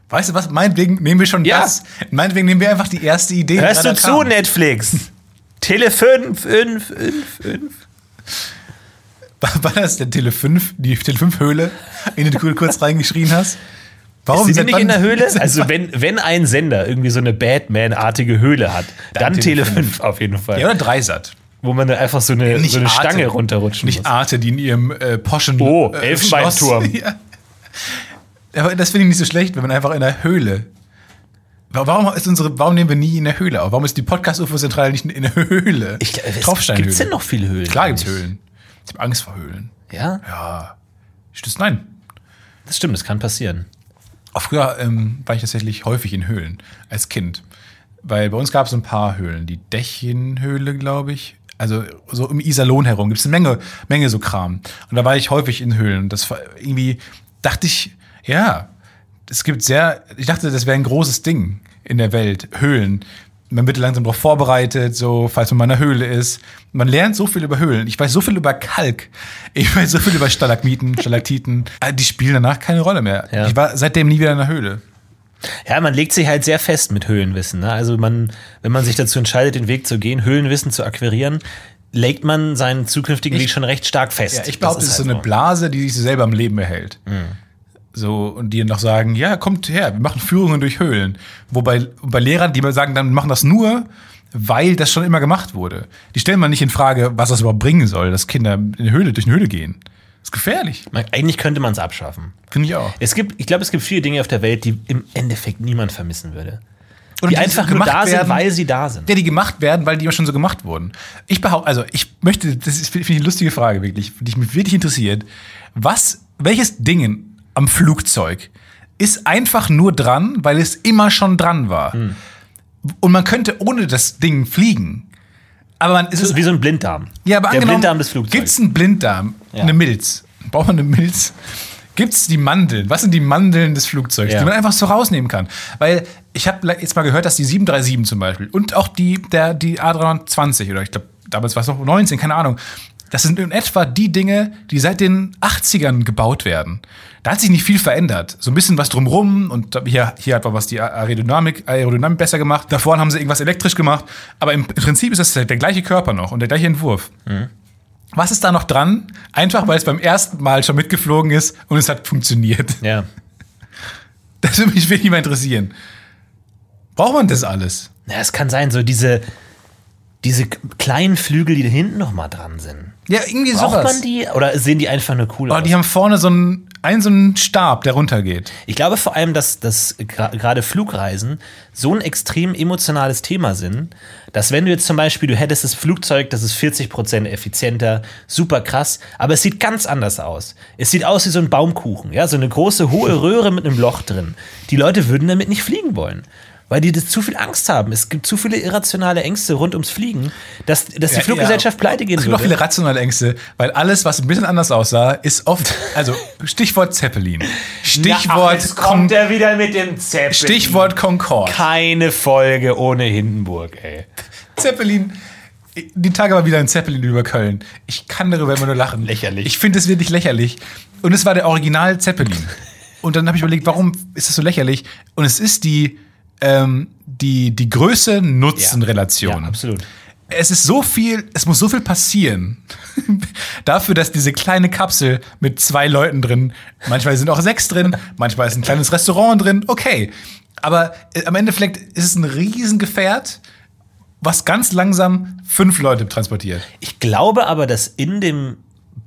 A: Weißt du was? Meinetwegen nehmen wir schon
B: Ja.
A: das. Meinetwegen nehmen wir einfach die erste Idee. die
B: Hörst du
A: gerade
B: zu, ne?
A: kam.
B: Netflix? Tele 5, 5, 5, 5.
A: War, war das der Tele 5, die Tele 5 Höhle, in die du kurz reingeschrien hast? Warum
B: Sind die
A: seit
B: nicht
A: wann-
B: in der Höhle?
A: seit
B: (laughs) Also, wenn, wenn ein Sender irgendwie so eine Batman-artige Höhle hat, dann, Tele 5 auf jeden Fall.
A: (laughs) Ja, oder Dreisat.
B: Wo man dann einfach so eine, so eine Stange runterrutschen
A: Nicht
B: muss.
A: Arte, die in ihrem äh, poschen
B: Oh,
A: äh,
B: Elfenbeinturm.
A: Schloss- (laughs) ja. Aber das finde ich nicht so schlecht, wenn man einfach in der Höhle. Wa- Warum, ist unsere, warum nehmen wir nie in der Höhle auf? Warum ist die Podcast-UFO-Zentrale nicht in der (laughs) Höhle?
B: Ich glaub, es-
A: Tropfsteinhöhle.
B: Gibt's denn noch viele Höhlen?
A: Klar gibt's Höhlen. Ich habe Angst vor Höhlen.
B: Ja?
A: Ja. Stimmt, nein.
B: das stimmt, das kann passieren.
A: Auch früher ähm, war ich tatsächlich häufig in Höhlen als Kind. Weil bei uns gab es ein paar Höhlen. Die Dächenhöhle, glaube ich. Also so um Iserlohn herum gibt es eine Menge, Menge so Kram. Und da war ich häufig in Höhlen. Das war irgendwie, dachte ich, ja, es gibt sehr, ich dachte, das wäre ein großes Ding in der Welt, Höhlen. Man wird langsam darauf vorbereitet, so, falls man mal in einer Höhle ist. Man lernt so viel über Höhlen. Ich weiß so viel über Kalk. Ich weiß so viel über (laughs) Stalagmiten, Stalaktiten. Äh, Die spielen danach keine Rolle mehr.
B: Ja.
A: Ich war seitdem nie wieder in einer Höhle.
B: Ja, man legt sich halt sehr fest mit Höhlenwissen. Ne? Also man, wenn man sich dazu entscheidet, den Weg zu gehen, Höhlenwissen zu akquirieren, legt man seinen zukünftigen Weg schon recht stark fest.
A: Ja, ich behaupte, es ist so
B: halt
A: eine Blase, die sich selber am Leben erhält. So, und die noch sagen, ja, kommt her, wir machen Führungen durch Höhlen. Wobei bei Lehrern, die mal sagen, dann machen das nur, weil das schon immer gemacht wurde. Die stellen mal nicht in Frage, was das überhaupt bringen soll, dass Kinder in eine Höhle durch eine Höhle gehen. ist gefährlich.
B: man, eigentlich könnte man es abschaffen.
A: Finde ich auch.
B: Es gibt, ich glaube, es gibt viele Dinge auf der Welt, die im Endeffekt niemand vermissen würde.
A: Und
B: Die, einfach nur
A: gemacht
B: da sind,
A: werden-
B: weil sie da sind.
A: Ja, die gemacht werden, weil die immer schon so gemacht wurden. Ich behaupte, also ich möchte, das ist finde ich eine lustige Frage wirklich, die mich wirklich interessiert. Was, welches Ding am Flugzeug ist einfach nur dran, weil es immer schon dran war?
B: Hm.
A: Und man könnte ohne das Ding fliegen. Aber man es
B: Das
A: ist
B: ist wie so ein Blinddarm.
A: ja, aber
B: Der
A: angenommen,
B: Blinddarm des Flugzeugs.
A: Gibt's einen Blinddarm?
B: Ja.
A: Eine Milz? Braucht man eine Milz? Gibt's die Mandeln? Was sind die Mandeln des Flugzeugs,
B: Ja.
A: die man einfach so rausnehmen kann? Weil ich habe jetzt mal gehört, dass die 737 zum Beispiel und auch die, der, die A320 oder ich glaube, damals war es noch 19, keine Ahnung, Das sind in etwa die Dinge, die seit den 80ern gebaut werden. Da hat sich nicht viel verändert. So ein bisschen was drumrum und hier, hier hat man was die Aerodynamik, Aerodynamik besser gemacht. Da vorne haben sie irgendwas elektrisch gemacht. Aber im Prinzip ist das der, der gleiche Körper noch und der gleiche Entwurf. Was ist da noch dran? Einfach, weil es beim ersten Mal schon mitgeflogen ist und es hat funktioniert.
B: Ja.
A: (laughs) Das würde mich wirklich mal interessieren. Braucht man das alles?
B: Na, es kann sein, so diese, diese k- kleinen Flügel, die da hinten nochmal dran sind.
A: Ja, irgendwie
B: Braucht man die oder sehen die einfach nur cool
A: Oh,
B: aus?
A: die haben vorne so einen, einen so einen Stab, der runtergeht.
B: Ich glaube vor allem, dass, dass gra- gerade Flugreisen so ein extrem emotionales Thema sind, dass wenn du jetzt zum Beispiel, du hättest das Flugzeug, das ist 40% effizienter, super krass, aber es sieht ganz anders aus. Es sieht aus wie so ein Baumkuchen, ja, so eine große, (laughs) hohe Röhre mit einem Loch drin. Die Leute würden damit nicht fliegen wollen. Weil die das zu viel Angst haben. Es gibt zu viele irrationale Ängste rund ums Fliegen, dass, dass die
A: Ja,
B: Fluggesellschaft
A: ja.
B: pleite gehen
A: Es gibt auch
B: würde.
A: viele rationale Ängste, weil alles, was ein bisschen anders aussah, ist oft, (laughs) also Stichwort Zeppelin, Stichwort, Con
B: er wieder mit dem Zeppelin.
A: Stichwort Concorde.
B: keine Folge ohne Hindenburg, ey.
A: Zeppelin. Die Tage war wieder ein Zeppelin über Köln. Ich kann darüber immer nur lachen.
B: Lächerlich.
A: Ich finde es wirklich lächerlich. Und es war der Original Zeppelin. Und dann habe ich überlegt, warum ist das so lächerlich? Und es ist die, ähm, die, die Größe-Nutzen-Relation.
B: Ja, absolut.
A: es ist so viel, es muss so viel passieren. (laughs) Dafür, dass diese kleine Kapsel mit zwei Leuten drin, manchmal sind auch sechs drin, manchmal ist ein kleines Restaurant drin, okay. Aber äh, am Endeffekt ist es ein Riesengefährt, was ganz langsam fünf Leute transportiert.
B: Ich glaube aber, dass in dem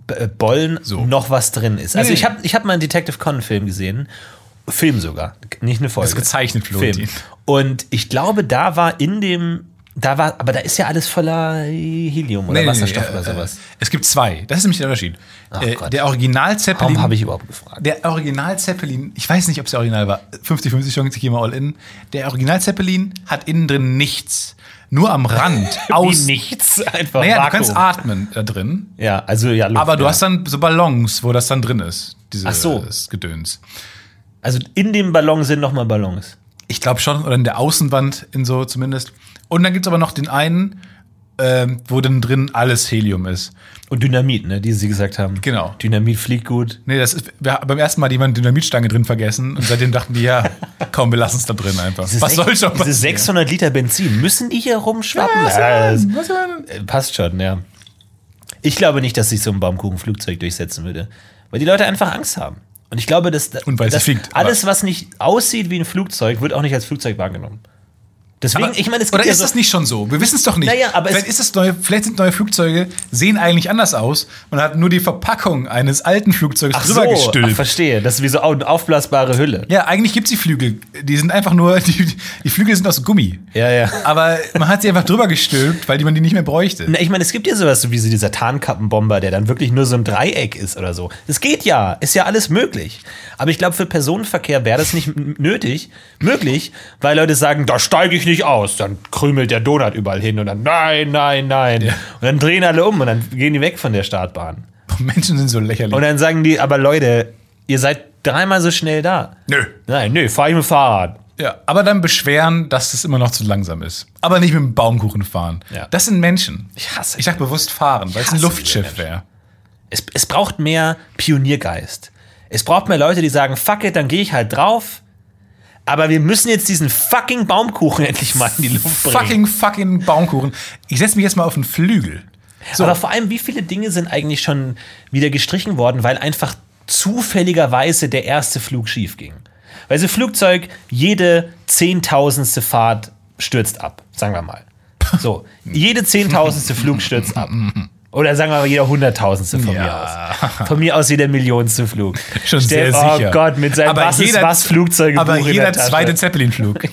B: B- äh, Bollen
A: So.
B: noch was drin ist. Also
A: Nee.
B: ich habe ich hab mal einen Detective Conan Film gesehen. Film sogar, nicht eine Folge.
A: Das ist gezeichnet, Florentin.
B: Film. Und ich glaube, da war in dem, da war, aber da ist ja alles voller Helium oder
A: Nee, nee,
B: Wasserstoff
A: nee,
B: oder
A: äh,
B: sowas.
A: äh, Es gibt zwei. Das ist nämlich der Unterschied.
B: Ach
A: äh,
B: Gott.
A: der Original
B: Warum
A: Zeppelin.
B: habe ich überhaupt gefragt?
A: Der Original Zeppelin, ich weiß nicht, ob es der Original war. 50-50 Chance, ich gehe mal all in. Der Original Zeppelin hat innen drin nichts. Nur
B: (laughs)
A: am Rand. aus.
B: nichts, (laughs) einfach
A: Naja, du
B: Vakuum.
A: kannst atmen da drin.
B: Ja, also ja, Luft,
A: Aber du
B: ja.
A: hast dann so Ballons, wo das dann drin ist. Dieses
B: Ach so.
A: Gedöns.
B: also in dem Ballon sind nochmal Ballons.
A: Ich glaube schon, oder in der Außenwand in so zumindest. Und dann gibt es aber noch den einen, ähm, wo dann drin alles Helium ist.
B: Und Dynamit, ne, die sie gesagt haben.
A: Genau.
B: Dynamit fliegt gut.
A: Nee, das ist, wir haben beim ersten Mal hat jemand Dynamitstange drin vergessen und seitdem dachten die,
B: (laughs)
A: ja, komm, wir lassen es da drin einfach. Was soll schon
B: Diese
A: passieren?
B: 600 Liter Benzin, müssen die hier rumschwappen? Ja, das- Äh, Passt schon, ja. Ich glaube nicht, dass sich so ein Baumkuchenflugzeug durchsetzen würde. Weil die Leute einfach Angst haben. Und ich glaube, dass,
A: Und weil sie
B: dass
A: fliegt, aber-
B: alles, was nicht aussieht wie ein Flugzeug, wird auch nicht als Flugzeug wahrgenommen. Deswegen,
A: Aber-
B: ich meine, es gibt
A: Oder
B: ja
A: ist
B: so,
A: das nicht schon so? Wir wissen es doch nicht.
B: Naja, aber es-
A: vielleicht, ist es neue, vielleicht sind neue Flugzeuge, sehen eigentlich anders aus. Man hat nur die Verpackung eines alten Flugzeugs
B: ach
A: drüber
B: so, ach,
A: gestülpt.
B: verstehe. Das ist wie so eine aufblasbare Hülle.
A: ja, eigentlich gibt es die Flügel. Die sind einfach nur, (laughs) die, die Flügel sind aus Gummi.
B: Ja, ja.
A: Aber man hat sie einfach drüber gestülpt, weil die man die nicht mehr bräuchte.
B: Na, ich meine, es gibt ja sowas wie so dieser Tarnkappenbomber, der dann wirklich nur so ein Dreieck ist oder so. Es geht ja, ist ja alles möglich. Aber ich glaube, für Personenverkehr wäre das nicht m- nötig, möglich, weil Leute sagen, da steige ich nicht aus. Dann krümelt der Donut überall hin und dann nein, nein, nein. Und dann drehen alle um und dann gehen die weg von der Startbahn.
A: Menschen sind so lächerlich.
B: Und dann sagen die, aber Leute, ihr seid dreimal so schnell da.
A: Nö.
B: Nein, nö, fahr ich mit dem Fahrrad.
A: Ja, aber dann beschweren, dass es immer noch zu langsam ist. Aber nicht mit dem Baumkuchen fahren.
B: Ja.
A: Das sind Menschen.
B: Ich hasse
A: Ich sag bewusst fahren, weil es ein
B: hasse
A: Luftschiff
B: diese
A: wäre.
B: Es, es braucht mehr Pioniergeist. Es braucht mehr Leute, die sagen, fuck it, dann gehe ich halt drauf. Aber wir müssen jetzt diesen fucking Baumkuchen (laughs) endlich mal in die Luft bringen.
A: Fucking, fucking Baumkuchen. Ich setze mich jetzt mal auf den Flügel. So,
B: Aber vor allem, wie viele Dinge sind eigentlich schon wieder gestrichen worden, weil einfach zufälligerweise der erste Flug schief ging? Weil so ein Flugzeug jede zehntausendste Fahrt stürzt ab, sagen wir mal.
A: (laughs)
B: So, jede zehntausendste Flug stürzt ab. Oder sagen wir mal, jeder hunderttausendste von
A: Ja.
B: mir aus. Von mir aus jeder millionste Flug.
A: (laughs) (laughs) schon
B: Stell-
A: sehr
B: oh
A: sicher.
B: Gott, mit seinem was ist was Flugzeugbuch
A: Aber
B: in der
A: jeder
B: Tasche.
A: zweite Zeppelinflug.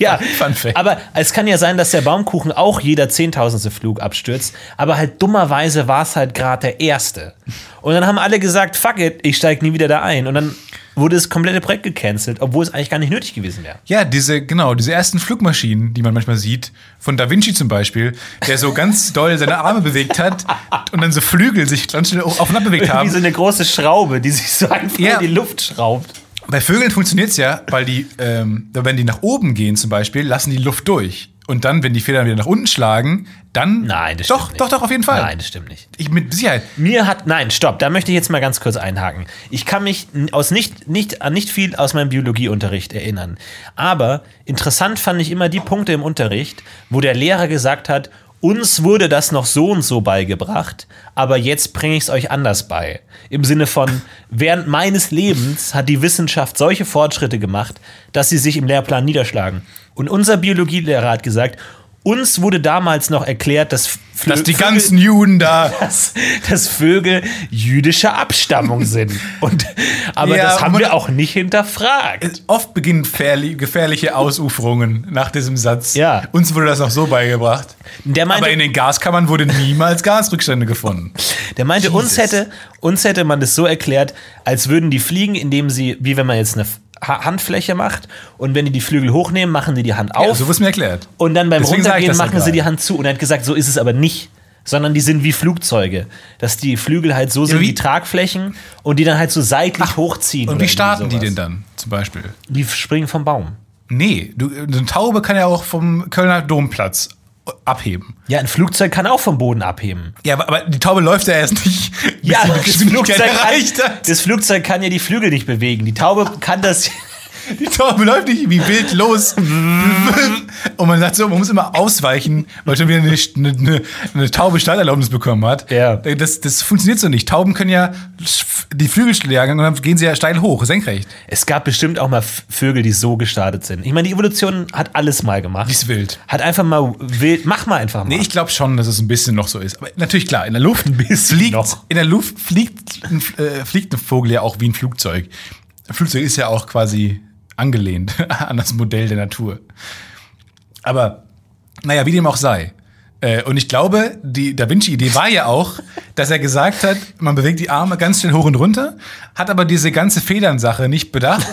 B: (laughs) Ja,
A: (laughs) Fun Fact.
B: aber es kann ja sein, dass der Baumkuchen auch jeder zehntausendste Flug abstürzt, aber halt dummerweise war es halt gerade der erste. Und dann haben alle gesagt, fuck it, ich steige nie wieder da ein. Und dann wurde das komplette Projekt gecancelt, obwohl es eigentlich gar nicht nötig gewesen wäre.
A: Ja, diese, genau, diese ersten Flugmaschinen, die man manchmal sieht, von Da Vinci zum Beispiel, der so
B: (laughs)
A: ganz doll seine Arme bewegt hat und dann so Flügel sich ganz schnell auf und ab bewegt
B: Wie
A: haben.
B: so eine große Schraube, die sich so einfach
A: Ja.
B: in die Luft schraubt.
A: Bei Vögeln funktioniert's ja, weil die, ähm, wenn die nach oben gehen zum Beispiel, lassen die Luft durch. Und dann, wenn die Federn wieder nach unten schlagen, dann.
B: Nein, das
A: doch,
B: stimmt nicht.
A: doch, doch, auf jeden Fall.
B: Nein, das stimmt nicht.
A: Ich, mit Sicherheit.
B: Mir hat, nein, stopp, da möchte ich jetzt mal ganz kurz einhaken. Ich kann mich n- aus nicht, nicht, an nicht viel aus meinem Biologieunterricht erinnern. Aber interessant fand ich immer die Punkte im Unterricht, wo der Lehrer gesagt hat, uns wurde das noch so und so beigebracht, aber jetzt bringe ich es euch anders bei. Im Sinne von, während meines Lebens hat die Wissenschaft solche Fortschritte gemacht, dass sie sich im Lehrplan niederschlagen. Und unser Biologielehrer hat gesagt, uns wurde damals noch erklärt, dass, Flö
A: Dass die
B: Vögel-
A: ganzen Juden da.
B: dass, dass Vögel jüdischer Abstammung sind. Und, aber Äh,
A: Ja,
B: das haben
A: man-
B: wir auch nicht hinterfragt.
A: Oft beginnen gefährli- gefährliche Ausuferungen nach diesem Satz.
B: Ja.
A: Uns wurde das noch so beigebracht.
B: Der meinte-
A: Aber in den Gaskammern wurde niemals Gasrückstände gefunden.
B: Der meinte, uns
A: Jesus.
B: hätte, uns hätte man das so erklärt, als würden die fliegen, indem sie, wie wenn man jetzt eine F- Ha- Handfläche macht und wenn die die Flügel hochnehmen, machen die die Hand (laughs) auf.
A: Ja, so wurde mir erklärt.
B: Und dann beim
A: Deswegen sag ich
B: Runtergehen
A: das ja
B: machen sie
A: gerade.
B: die Hand zu. Und er hat gesagt, so ist es aber nicht. Sondern die sind wie Flugzeuge. Dass die Flügel halt so sind
A: wie-
B: wie Tragflächen und die dann halt so seitlich hochziehen.
A: Und
B: oder
A: wie starten die
B: sowas.
A: denn dann, zum Beispiel?
B: Die springen vom Baum.
A: Nee, du, eine Taube kann ja auch vom Kölner Domplatz abheben.
B: Ja, ein Flugzeug kann auch vom Boden abheben.
A: Ja, aber, aber die Taube läuft ja erst nicht, (laughs) bis
B: Ja,
A: sie
B: aber
A: die
B: das
A: Geschwindigkeit
B: Flugzeug,
A: erreicht
B: kann,
A: hat.
B: das Flugzeug kann ja die Flügel nicht bewegen. Die Taube kann das.
A: Die Taube läuft nicht wie wild los. Und man sagt so, man muss immer ausweichen, weil schon wieder eine, eine, eine Taube Starterlaubnis bekommen hat.
B: Ja.
A: Das, das funktioniert so nicht. Tauben können ja die Flügel schlagen und dann gehen sie ja steil hoch, senkrecht.
B: Es gab bestimmt auch mal F- Vögel, die so gestartet sind. Ich meine, die Evolution hat alles mal gemacht.
A: Die ist wild.
B: Hat einfach mal wild. Mach mal einfach mal.
A: Nee, ich glaube schon, dass es ein bisschen noch so ist. Aber natürlich klar, in der Luft fliegt,
B: noch.
A: in der Luft fliegt, ein, äh, fliegt ein Vogel ja auch wie ein Flugzeug. Ein Flugzeug ist ja auch quasi angelehnt (laughs) an das Modell der Natur. Aber naja, wie dem auch sei. Äh, Und ich glaube, die Da Vinci-Idee war ja auch, dass er gesagt hat, man bewegt die Arme ganz schnell hoch und runter, hat aber diese ganze Federn-Sache nicht bedacht.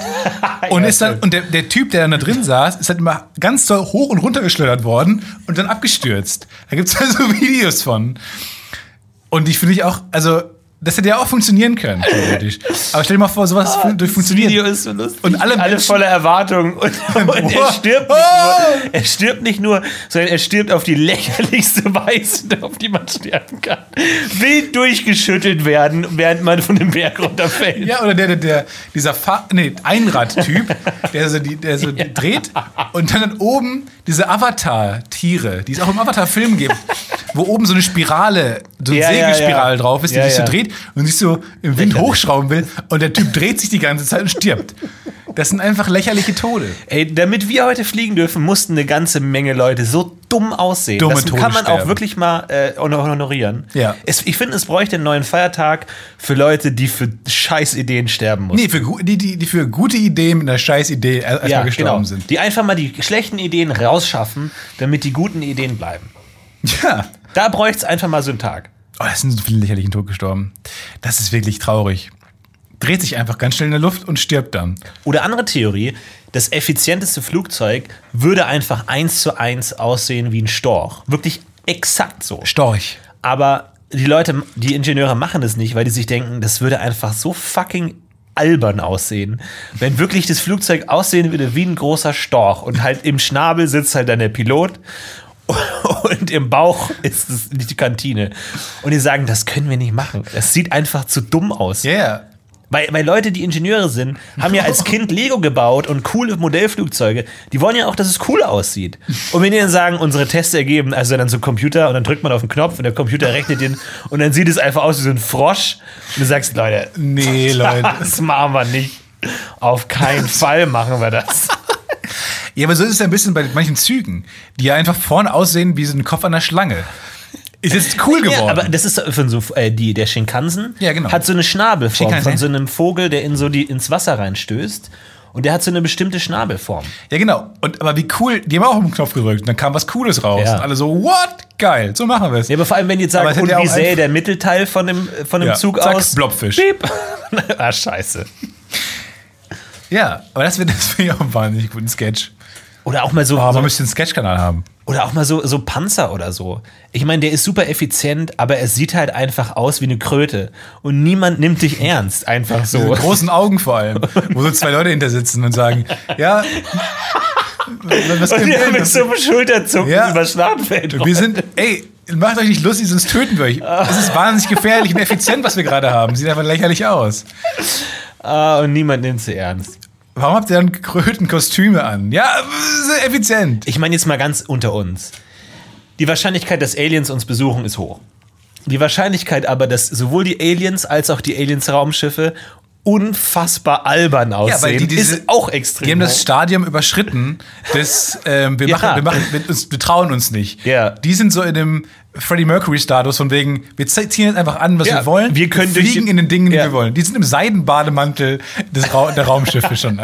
A: und ist dann, und der, der Typ, der dann da drin saß, ist halt immer ganz doll hoch und runter geschleudert worden und dann abgestürzt. Da gibt's (laughs) also Videos von. Und ich finde ich auch, also, das hätte ja auch funktionieren können, theoretisch. Aber stell dir mal vor, sowas fun
B: das
A: funktioniert.
B: Video ist so lustig.
A: Und alle
B: alle
A: Menschen-
B: voller Erwartungen. (laughs) Und, und er,
A: Boah.
B: stirbt nicht nur, Oh. er stirbt nicht nur, sondern er stirbt auf die lächerlichste (laughs) Weise, auf die man sterben kann. Wild durchgeschüttelt werden, während man von dem Berg runterfällt.
A: Ja, oder der, der, der dieser Fa nee,
B: (laughs)
A: Einrad-Typ, der so, die, der so dreht und dann, dann oben diese Avatar-Tiere, die es auch im Avatar-Film gibt, wo oben so eine Spirale, so eine
B: Ja, ja,
A: Segelspirale
B: ja.
A: drauf ist, die
B: Ja,
A: sich
B: ja.
A: so dreht und sich so im Wind hochschrauben will und der Typ dreht sich die ganze Zeit und stirbt. Das sind einfach lächerliche Tode.
B: Ey, damit wir heute fliegen dürfen, mussten eine ganze Menge Leute so dumm aussehen.
A: Dumme
B: das
A: Tode
B: kann man auch
A: sterben.
B: wirklich mal äh, honor- honorieren.
A: Ja.
B: Es, ich finde, es bräuchte einen neuen Feiertag für Leute, die für Scheißideen sterben mussten.
A: Nee, für, gu- die, die, die für gute Ideen mit einer scheiß Idee er- erstmal
B: genau.
A: gestorben sind.
B: Die einfach mal die schlechten Ideen rausschaffen, damit die guten Ideen bleiben.
A: Ja.
B: Da bräuchte es einfach mal so einen Tag.
A: Oh, das sind so viele lächerlichen Tod gestorben. Das ist wirklich traurig. Dreht sich einfach ganz schnell in der Luft und stirbt dann.
B: Oder andere Theorie, das effizienteste Flugzeug würde einfach eins zu eins aussehen wie ein Storch. Wirklich exakt so.
A: Storch.
B: Aber die Leute, die Ingenieure machen das nicht, weil die sich denken, das würde einfach so fucking albern aussehen, wenn wirklich das Flugzeug aussehen würde wie ein großer Storch und halt im Schnabel sitzt halt dann der Pilot (laughs) und im Bauch ist es die Kantine. Und die sagen, das können wir nicht machen. Das sieht einfach zu dumm aus.
A: Ja, yeah.
B: Weil, weil Leute, die Ingenieure sind, haben ja als
A: (laughs)
B: Kind Lego gebaut und coole Modellflugzeuge. Die wollen ja auch, dass es cool aussieht. Und wenn die dann sagen, unsere Tests ergeben, also dann so ein Computer und dann drückt man auf den Knopf und der Computer rechnet den und dann sieht es einfach aus wie so ein Frosch. Und du sagst,
A: (laughs)
B: Leute, (laughs)
A: nee, Leute.
B: das machen wir nicht. Auf
A: (laughs)
B: keinen Fall machen wir das.
A: Ja, aber so ist es ja ein bisschen bei manchen Zügen, die ja einfach vorne aussehen wie so ein Kopf an der Schlange. Ist jetzt (laughs) cool geworden.
B: Ja, aber das ist von so äh, die, der Shinkansen
A: Ja, genau.
B: hat so eine Schnabelform
A: Shinkansen.
B: von
A: ne?
B: so einem Vogel, der in so die ins Wasser reinstößt. Und der hat so eine bestimmte Schnabelform.
A: ja, genau. Und, aber wie cool, die haben auch auf den Knopf gedrückt und dann kam was Cooles raus.
B: Ja.
A: Und alle so, what? Geil, so machen wir es.
B: Ja, aber vor allem, wenn die jetzt
A: Aber
B: sagen,
A: es
B: und
A: hätte ja
B: wie
A: auch
B: sähe
A: einfach-
B: der Mittelteil von dem, von dem
A: Ja,
B: Zug
A: zack,
B: aus?
A: Blobfisch. (laughs)
B: Piep. ah, scheiße.
A: Ja, aber das wäre (laughs) das wär ja auch ein wahnsinnig guten Sketch.
B: Oder auch mal so,
A: Ah, Aber man
B: so
A: müsste einen Sketch-Kanal haben.
B: oder auch mal so, so Panzer oder so. Ich meine, der ist super effizient, aber er sieht halt einfach aus wie eine Kröte. Und niemand nimmt dich ernst, einfach (laughs)
A: Mit
B: so.
A: großen Augen vor allem, wo so zwei Leute hinter sitzen und sagen, ja,
B: (laughs)
A: Was
B: Und
A: können
B: die haben
A: wir
B: mich so beschultert zum
A: Ja.
B: über Schlafbett.
A: Wir sind, ey, macht euch nicht lustig, sonst töten wir euch. Es ist wahnsinnig gefährlich und effizient, was wir gerade haben. Sieht einfach lächerlich aus.
B: Ah, und niemand nimmt sie ernst.
A: Warum habt ihr dann gekrönten Kostüme an? Ja, es ist effizient.
B: Ich meine jetzt mal ganz unter uns. Die Wahrscheinlichkeit, dass Aliens uns besuchen, ist hoch. Die Wahrscheinlichkeit aber, dass sowohl die Aliens als auch die Aliens-Raumschiffe unfassbar albern aussehen,
A: die diese-
B: ist auch
A: Die
B: extrem
A: haben das
B: hoch.
A: Stadium überschritten, des, ähm, wir,
B: Ja.
A: machen, wir, machen, wir, uns, wir trauen uns nicht.
B: Ja.
A: Die sind so in dem Freddie Mercury-Status von wegen, wir zie- ziehen jetzt einfach an, was
B: Ja,
A: wir wollen.
B: wir können durch
A: fliegen
B: die-
A: in den Dingen, die
B: Ja.
A: wir wollen. Die sind im Seidenbademantel des Ra der Raumschiffe schon.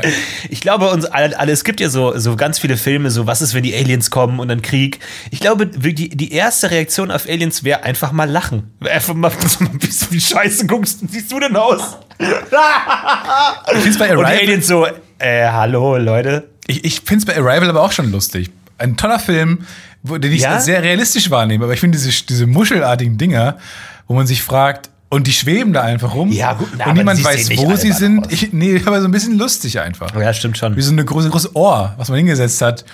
B: Ich glaube, uns alle, alle, es gibt ja so, so ganz viele Filme, so was ist, wenn die Aliens kommen und dann Krieg. Ich glaube, wir- die, die erste Reaktion auf Aliens wäre einfach mal lachen. Einfach mal, (laughs) wie, wie scheiße guckst, siehst du denn aus? (laughs)
A: Ich find's bei
B: Und die
A: Arrival-
B: Aliens so, äh, hallo Leute.
A: Ich, ich finde es bei Arrival aber auch schon lustig. Ein toller Film, wo, den ich
B: Ja?
A: sehr realistisch wahrnehme. Aber ich finde diese, diese muschelartigen Dinger, wo man sich fragt, und die schweben da einfach rum.
B: Ja, gut, na,
A: und
B: aber
A: niemand
B: sie sehen
A: weiß,
B: nicht
A: wo sie
B: albern
A: sind.
B: aus.
A: Ich, nee, aber so ein bisschen lustig einfach.
B: Ja, stimmt schon.
A: Wie so eine große, große Ohr, was man hingesetzt hat.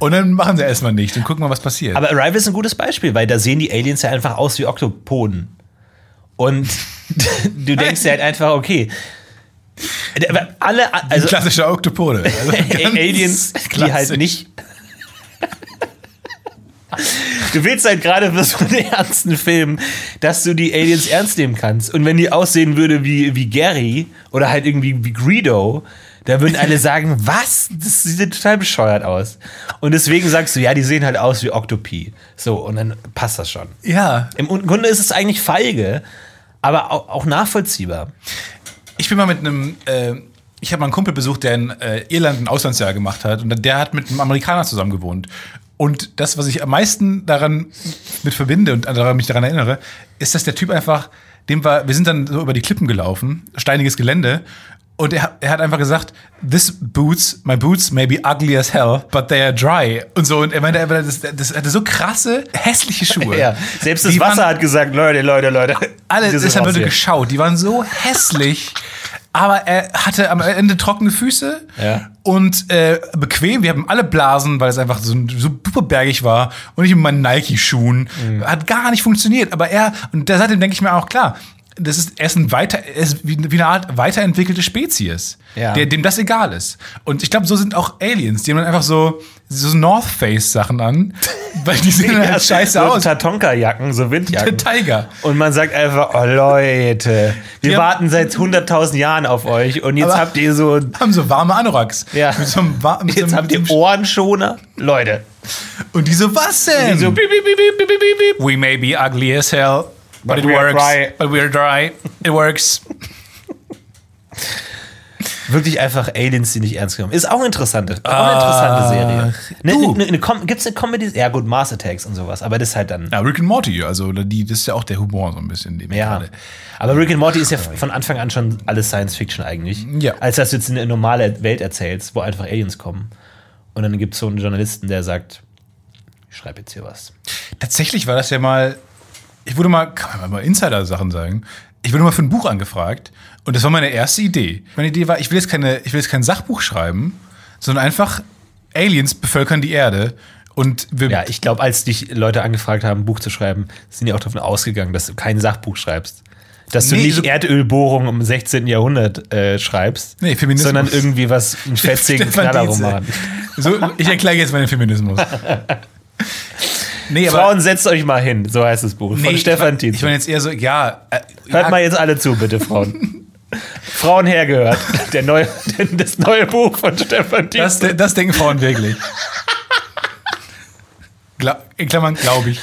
A: Und dann machen sie erstmal nichts und gucken mal, was passiert.
B: Aber Arrival ist ein gutes Beispiel, weil da sehen die Aliens ja einfach aus wie Oktopoden. Und (laughs) du denkst dir halt einfach, okay. Äh, Aber Alle, also (laughs)
A: Klassischer Oktopode. Also ganz
B: Aliens, die
A: klassisch.
B: halt nicht. Du willst halt gerade für so einen ernsten Film, dass du die Aliens ernst nehmen kannst. Und wenn die aussehen würde wie, wie Gary oder halt irgendwie wie Greedo, da würden alle
A: (laughs)
B: sagen, was? Das sieht total bescheuert aus. Und deswegen sagst du, ja, die sehen halt aus wie Octopi. So, und dann passt das schon.
A: Ja,
B: Im Grunde ist es eigentlich feige, aber auch, auch nachvollziehbar.
A: Ich bin mal mit einem, äh, ich habe mal einen Kumpel besucht, der in äh, Irland ein Auslandsjahr gemacht hat und der hat mit einem Amerikaner zusammen gewohnt. Und das, was ich am meisten daran mit verbinde und daran mich daran erinnere, ist, dass der Typ einfach, dem war, wir sind dann so über die Klippen gelaufen, steiniges Gelände. Und er, hat- er hat einfach gesagt, this boots, my boots may be ugly as hell, but they are dry. Und so, und er meinte, einfach, das, das hatte so krasse, hässliche Schuhe.
B: (laughs) Ja. Selbst das
A: Die waren-
B: Wasser hat gesagt, Leute, Leute, Leute.
A: alle
B: das ist
A: deshalb
B: raus
A: Leute
B: hier.
A: geschaut. Die waren so hässlich. Aber er hatte am Ende trockene Füße
B: Ja.
A: und äh, bequem. Wir haben alle Blasen, weil es einfach so, so super bergig war. Und ich mit meinen Nike-Schuhen.
B: Mhm.
A: Hat gar nicht funktioniert. Aber er, und da seitdem denke ich mir auch, klar, das ist, er ist, ein weiter, er ist wie, wie eine Art weiterentwickelte Spezies,
B: Ja.
A: der, dem das egal ist. Und ich glaube, so sind auch Aliens. Die haben dann einfach so, so North Face-Sachen an, (laughs) weil die sehen
B: Ja,
A: halt (laughs) scheiße
B: so
A: aus.
B: Tatonka-Jacken, so
A: Der (laughs)
B: Windjacken.
A: Tiger.
B: Und man sagt einfach, oh Leute, wir
A: Die haben-
B: warten seit 100.000 Jahren auf euch und jetzt
A: Aber-
B: habt ihr so,
A: haben so warme Anoraks.
B: Ja.
A: Mit so einem war- mit so
B: jetzt
A: einem-
B: habt ihr Ohrenschoner. Leute.
A: Und die so, was denn?
B: Die so, piep, piep, piep, piep, piep, piep, piep.
A: We may be ugly as hell, but,
B: But
A: it
B: we are
A: works.
B: dry.
A: But we are dry. It works.
B: Wirklich einfach Aliens, die nicht ernst genommen. Ist auch eine interessante, auch eine interessante Serie. Ne,
A: du.
B: ne, ne, ne, Com- Gibt's eine Comedy? Ja gut, Mars Attacks und sowas, aber das ist halt dann.
A: Ja, Rick and Morty, also die, das ist ja auch der Humor so ein bisschen. Den wir
B: Ja.
A: gerade-
B: Aber Rick and Morty ist ja von Anfang an schon alles Science Fiction eigentlich.
A: Ja.
B: Als dass du jetzt eine normale Welt erzählst, wo einfach Aliens kommen. Und dann gibt es so einen Journalisten, der sagt, ich schreibe jetzt hier was.
A: Tatsächlich war das ja mal, ich wurde mal, kann man mal Insider-Sachen sagen, ich wurde mal für ein Buch angefragt und das war meine erste Idee. Meine Idee war, ich will jetzt, keine, ich will jetzt kein Sachbuch schreiben, sondern einfach Aliens bevölkern die Erde und wir
B: Ja, ich glaube, als dich Leute angefragt haben, ein Buch zu schreiben, sind die auch davon ausgegangen, dass du kein Sachbuch schreibst. Dass du
A: Nee,
B: nicht
A: so-
B: Erdölbohrung im 16. Jahrhundert äh, schreibst,
A: Nee, Feminismus.
B: sondern irgendwie was, einen fetzigen
A: (laughs) Stefan
B: Knallerroman.
A: Dietze. So, ich erkläre jetzt meinen
B: (laughs)
A: Feminismus. Nee,
B: Frauen, setzt euch mal hin, so heißt das Buch.
A: nee,
B: von
A: ich-
B: Stefan
A: Ich meine
B: Tietze.
A: jetzt eher so, ja. Äh,
B: Hört
A: ja,
B: mal jetzt alle zu, bitte, Frauen. Frauen hergehört. Der neue, das neue Buch von Stefan Tietz.
A: das, de- das denken Frauen wirklich. Gla in Klammern, glaube ich.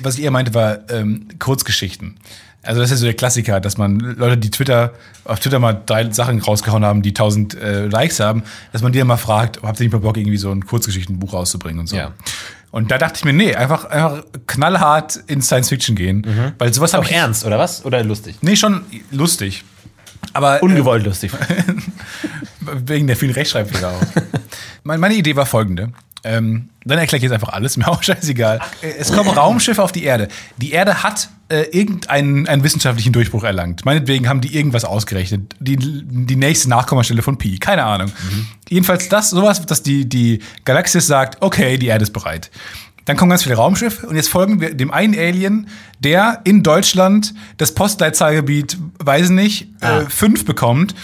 A: Was ich eher meinte, war ähm, Kurzgeschichten. Also das ist ja so der Klassiker, dass man Leute, die Twitter auf Twitter mal drei Sachen rausgehauen haben, die 1000 äh, Likes haben, dass man die dann mal fragt, habt ihr nicht mal Bock, irgendwie so ein Kurzgeschichtenbuch rauszubringen und so.
B: Ja.
A: Und da dachte ich mir, nee, einfach, einfach knallhart in Science Fiction gehen, weil sowas habe
B: Mhm. Auch
A: ich
B: ernst, oder was? Oder lustig?
A: Nee, schon lustig. Aber äh,
B: Ungewollt lustig.
A: (laughs) wegen der vielen Rechtschreibfehler auch. Mein- Meine Idee war folgende. Ähm, dann erkläre ich jetzt einfach alles, (laughs) mir auch scheißegal. Äh, Es (laughs) kommen Raumschiffe auf die Erde. Die Erde hat äh, irgendeinen einen wissenschaftlichen Durchbruch erlangt. Meinetwegen haben die irgendwas ausgerechnet. Die, die nächste Nachkommastelle von Pi, keine Ahnung. Jedenfalls das, sowas, dass die, die Galaxis sagt, okay, die Erde ist bereit. Dann kommen ganz viele Raumschiffe und jetzt folgen wir dem einen Alien, der in Deutschland das Postleitzahlgebiet, weiß nicht, äh, fünf bekommt.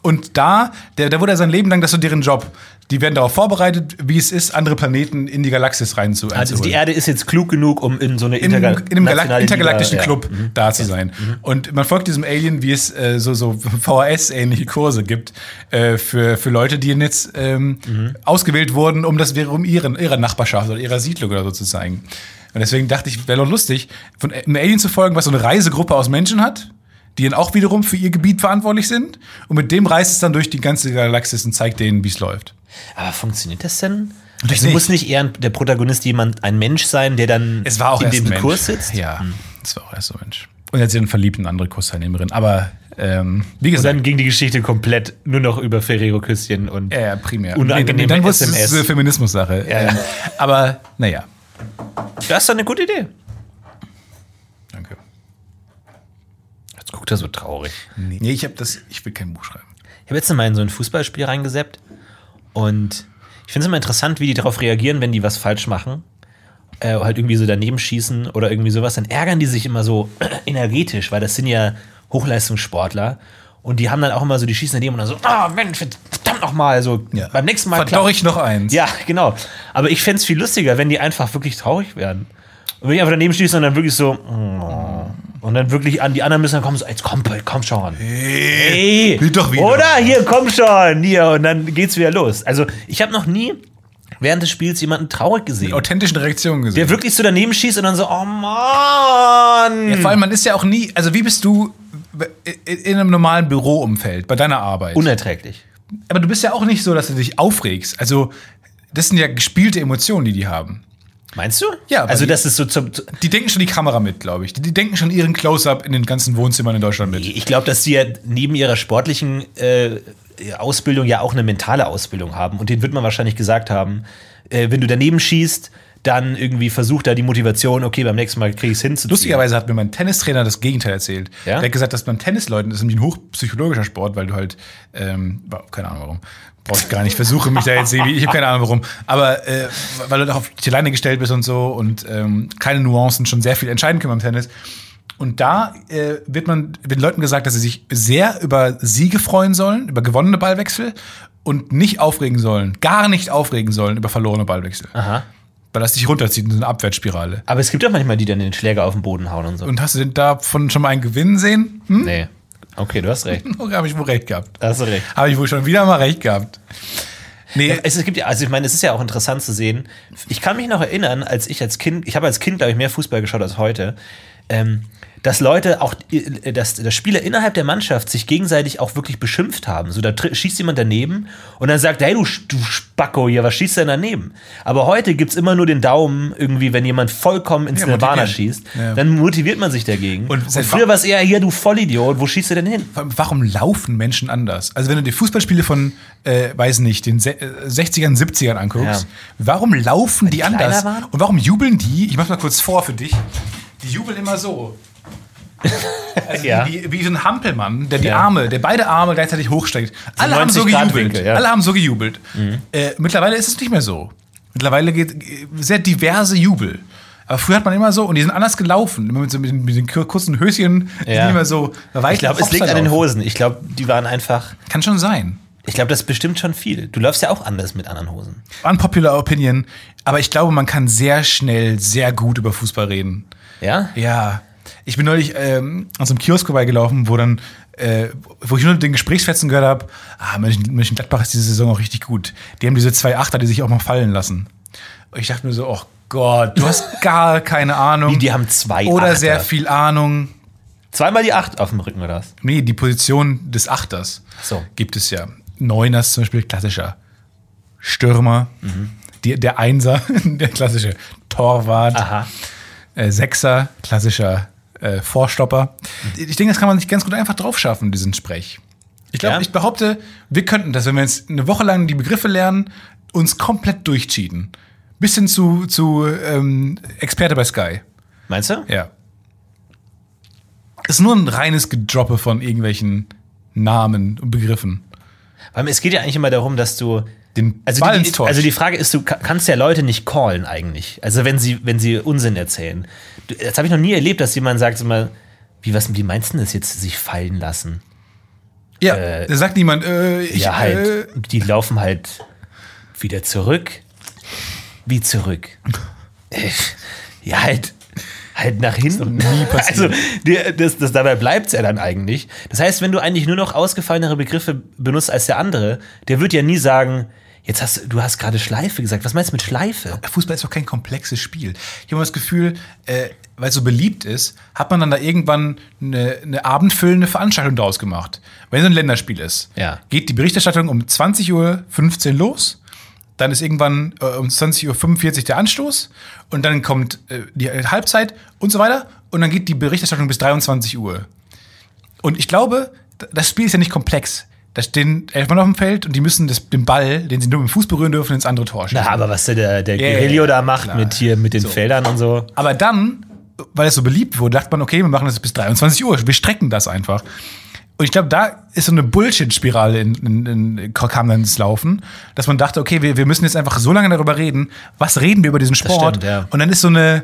A: Und da, der, der wurde ja sein Leben lang, das ist so deren Job. Die werden darauf vorbereitet, wie es ist, andere Planeten in die Galaxis reinzu
B: Also die
A: einzuholen.
B: Erde ist jetzt klug genug, um in so eine
A: in, einem- in einem Galak
B: internationale
A: intergalaktischen
B: Liga-
A: Club da zu sein. Und man folgt diesem Alien, wie es äh, so, (laughs) so VHS-ähnliche Kurse gibt äh, für, für Leute, die jetzt ähm, ausgewählt wurden, um das wiederum ihren, ihrer Nachbarschaft oder ihrer Siedlung oder so zu zeigen. Und deswegen dachte ich, wäre doch lustig, von äh, einem Alien zu folgen, was so eine Reisegruppe aus Menschen hat, die dann auch wiederum für ihr Gebiet verantwortlich sind. Und mit dem reist es dann durch die ganze Galaxis und zeigt denen, wie es läuft.
B: Ja. Aber funktioniert das denn?
A: Natürlich
B: Also
A: nicht.
B: muss nicht eher der Protagonist jemand ein Mensch sein, der dann
A: Es war auch
B: in
A: erst
B: dem
A: ein Mensch.
B: Kurs sitzt?
A: Ja, es war auch erst so ein Mensch. Hm. Und er hat sich dann verliebt in eine andere Kursteilnehmerin. Aber ähm, wie
B: Und
A: gesagt,
B: dann ging die Geschichte komplett nur noch über Ferrero-Küsschen und.
A: äh, primär.
B: Unangenehme
A: Nee, dann wusste
B: SMS.
A: es eine Feminismus-Sache. Ähm, aber naja,
B: Das ist doch eine gute Idee.
A: danke.
B: Jetzt guckt er so traurig.
A: Nee, ich, hab das, ich will kein Buch schreiben.
B: Ich habe jetzt mal in so ein Fußballspiel reingeseppt und ich finde es immer interessant, wie die darauf reagieren, wenn die was falsch machen. Äh, halt irgendwie so daneben schießen oder irgendwie sowas. Dann ärgern die sich immer so (clears throat) energetisch, weil das sind ja Hochleistungssportler. Und die haben dann auch immer so, die schießen daneben und dann so, ah Mensch, verdammt nochmal, so
A: Ja.
B: beim nächsten Mal.
A: Verdorre
B: klappt-
A: ich noch eins.
B: Ja, genau. Aber ich fände es viel lustiger, wenn die einfach wirklich traurig werden. Und wenn ich einfach daneben schieße und dann wirklich so, oh. und dann wirklich an die anderen müssen dann kommen, so, jetzt komm, komm schon. Hey,
A: Will doch wieder.
B: Oder hier, komm schon, hier und dann geht's wieder los. Also, ich habe noch nie während des Spiels jemanden traurig gesehen,
A: Authentischen Reaktionen gesehen.
B: der wirklich so daneben schießt und dann so, oh Mann.
A: Ja, vor allem, man ist ja auch nie, also wie bist du in in einem normalen Büroumfeld, bei deiner Arbeit?
B: Unerträglich.
A: Aber du bist ja auch nicht so, dass du dich aufregst. Also, das sind ja gespielte Emotionen, die die haben.
B: Meinst du?
A: Ja,
B: Also,
A: weil-
B: das ist so zum. zu-
A: Die denken schon die Kamera mit, glaube ich. Die, die denken schon ihren Close-Up in den ganzen Wohnzimmern in Deutschland mit.
B: Ich glaube, dass die ja neben ihrer sportlichen äh, Ausbildung ja auch eine mentale Ausbildung haben. Und denen wird man wahrscheinlich gesagt haben, äh, wenn du daneben schießt, dann irgendwie versucht da die Motivation, okay, beim nächsten Mal krieg ich's hin.
A: Lustigerweise hat mir mein Tennistrainer das Gegenteil erzählt.
B: Ja?
A: Der hat gesagt, dass beim Tennisleuten, das ist nämlich ein hochpsychologischer Sport, weil du halt, ähm, wa- keine Ahnung warum, brauche ich gar nicht, versuche mich da jetzt irgendwie, ich habe keine Ahnung warum, aber äh, weil du doch auf die Leine gestellt bist und so und ähm, keine Nuancen schon sehr viel entscheiden können beim Tennis. Und da äh, wird man wird Leuten gesagt, dass sie sich sehr über Siege freuen sollen, über gewonnene Ballwechsel und nicht aufregen sollen, gar nicht aufregen sollen über verlorene Ballwechsel.
B: Aha.
A: Weil das dich runterzieht in so eine Abwärtsspirale.
B: Aber es gibt doch manchmal die, die dann den Schläger auf den Boden hauen und so.
A: Und hast du denn davon schon mal einen Gewinn sehen? Hm?
B: Nee. Okay, du hast recht.
A: Okay, habe ich wohl recht gehabt.
B: Da hast du recht.
A: Habe ich wohl schon wieder mal recht gehabt. Nee,
B: Es, es gibt ja, also ich meine, es ist ja auch interessant zu sehen. Ich kann mich noch erinnern, als ich als Kind, ich habe als Kind, glaube ich, mehr Fußball geschaut als heute, ähm, dass Leute auch, äh, dass, dass Spieler innerhalb der Mannschaft sich gegenseitig auch wirklich beschimpft haben. So, da tr- schießt jemand daneben und dann sagt, hey, du, Sch- du Spacko hier, was schießt denn daneben? Aber heute gibt es immer nur den Daumen irgendwie, wenn jemand vollkommen ins
A: Ja,
B: Nirvana
A: motivieren.
B: schießt,
A: Ja.
B: dann motiviert man sich dagegen.
A: Und
B: Und,
A: seit
B: früher war es eher, hier, du Vollidiot, wo schießt du denn hin?
A: Vor allem, warum laufen Menschen anders? Also wenn du dir Fußballspiele von, äh, weiß nicht, den Se äh, 60ern, 70ern anguckst,
B: Ja.
A: warum laufen die,
B: kleiner
A: anders?
B: waren?
A: Und warum jubeln die? Ich mach's mal kurz vor für dich. Die jubeln immer so. Also
B: Ja.
A: wie, wie so ein Hampelmann, der die
B: Ja.
A: Arme, der beide Arme gleichzeitig hochstreckt. Alle haben so
B: 90 Grad
A: gejubelt.
B: Winkel, ja. Mhm.
A: Alle haben so gejubelt. Äh, mittlerweile ist es nicht mehr so. Mittlerweile geht äh, sehr diverse Jubel. Aber früher hat man immer so, und die sind anders gelaufen, immer mit, so, mit, den- mit den kur- kurzen Höschen, die
B: Ja.
A: sind immer so weit
B: Ich glaube, es liegt an den Hosen. Ich glaube, die waren einfach.
A: kann schon sein.
B: Ich glaube, das bestimmt schon viel. Du läufst ja auch anders mit anderen Hosen.
A: Unpopular Opinion. Aber ich glaube, man kann sehr schnell, sehr gut über Fußball reden.
B: Ja?
A: Ja. Ich bin neulich ähm, an so einem Kiosk vorbeigelaufen, wo dann, äh, wo ich nur den Gesprächsfetzen gehört habe, ah, München, Mönchengladbach ist diese Saison auch richtig gut. Die haben diese zwei Achter, die sich auch mal fallen lassen. Und ich dachte mir so, oh Gott, du hast
B: (laughs)
A: gar keine Ahnung.
B: Wie, die haben zwei
A: Oder
B: Achter?
A: sehr viel Ahnung.
B: Zweimal die Acht auf dem Rücken oder was?
A: Nee, die Position des Achters
B: so.
A: gibt es ja. Neuner ist zum Beispiel klassischer Stürmer,
B: Mhm.
A: die, der Einser, (laughs) der klassische Torwart,
B: Aha.
A: äh, Sechser, klassischer äh, Vorstopper. Ich denke, das kann man sich ganz gut einfach drauf schaffen, diesen Sprech. Ich glaube,
B: Ja.
A: ich behaupte, wir könnten das, wenn wir jetzt eine Woche lang die Begriffe lernen uns komplett durchcheaten. Bis hin zu, zu ähm, Experte bei Sky.
B: Meinst du?
A: Ja. Ist nur ein reines Gedroppe von irgendwelchen Namen und Begriffen.
B: Weil es geht ja eigentlich immer darum, dass du.
A: Den
B: Also
A: Ball
B: die,
A: ins
B: die,
A: Tor.
B: also die Frage ist, du ka- kannst ja Leute nicht callen eigentlich. Also wenn sie, wenn sie Unsinn erzählen. Du- Das habe ich noch nie erlebt, dass jemand sagt immer, wie, was, wie meinst du denn das jetzt, sich fallen lassen?
A: ja,
B: äh,
A: da sagt niemand, äh, ich,
B: ja, halt.
A: äh,
B: die laufen halt wieder zurück. Wie zurück? Äh, ja, halt. Halt nach hinten. also, dir- das, das, dabei bleibt es ja dann eigentlich. Das heißt, wenn du eigentlich nur noch ausgefallenere Begriffe benutzt als der andere, der wird ja nie sagen, jetzt hast du- du hast gerade Schleife gesagt. Was meinst du mit Schleife?
A: Fußball ist doch kein komplexes Spiel. Ich habe immer das Gefühl, äh, weil es so beliebt ist, hat man dann da irgendwann eine, eine abendfüllende Veranstaltung daraus gemacht. Wenn so ein Länderspiel ist,
B: Ja.
A: geht die Berichterstattung um 20.15 Uhr los. Dann ist irgendwann äh, um 20.45 Uhr der Anstoß und dann kommt äh, die Halbzeit und so weiter. Und dann geht die Berichterstattung bis 23 Uhr. Und ich glaube, d- das Spiel ist ja nicht komplex. Da stehen elf Mann auf dem Feld und die müssen das, den Ball, den sie nur mit dem Fuß berühren dürfen, ins andere Tor schießen.
B: Na, aber was der, der
A: Ja, ja,
B: Guerillo
A: ja,
B: da macht
A: klar.
B: mit hier, mit den Feldern und so.
A: Aber dann, weil es so beliebt wurde, dachte man, okay, wir machen das bis 23 Uhr, wir strecken das einfach. Und ich glaube, da ist so eine Bullshit-Spirale in, in, in, kam dann ins Laufen, dass man dachte, okay, wir, wir müssen jetzt einfach so lange darüber reden, was reden wir über diesen Sport?
B: stimmt, ja.
A: Und dann ist so eine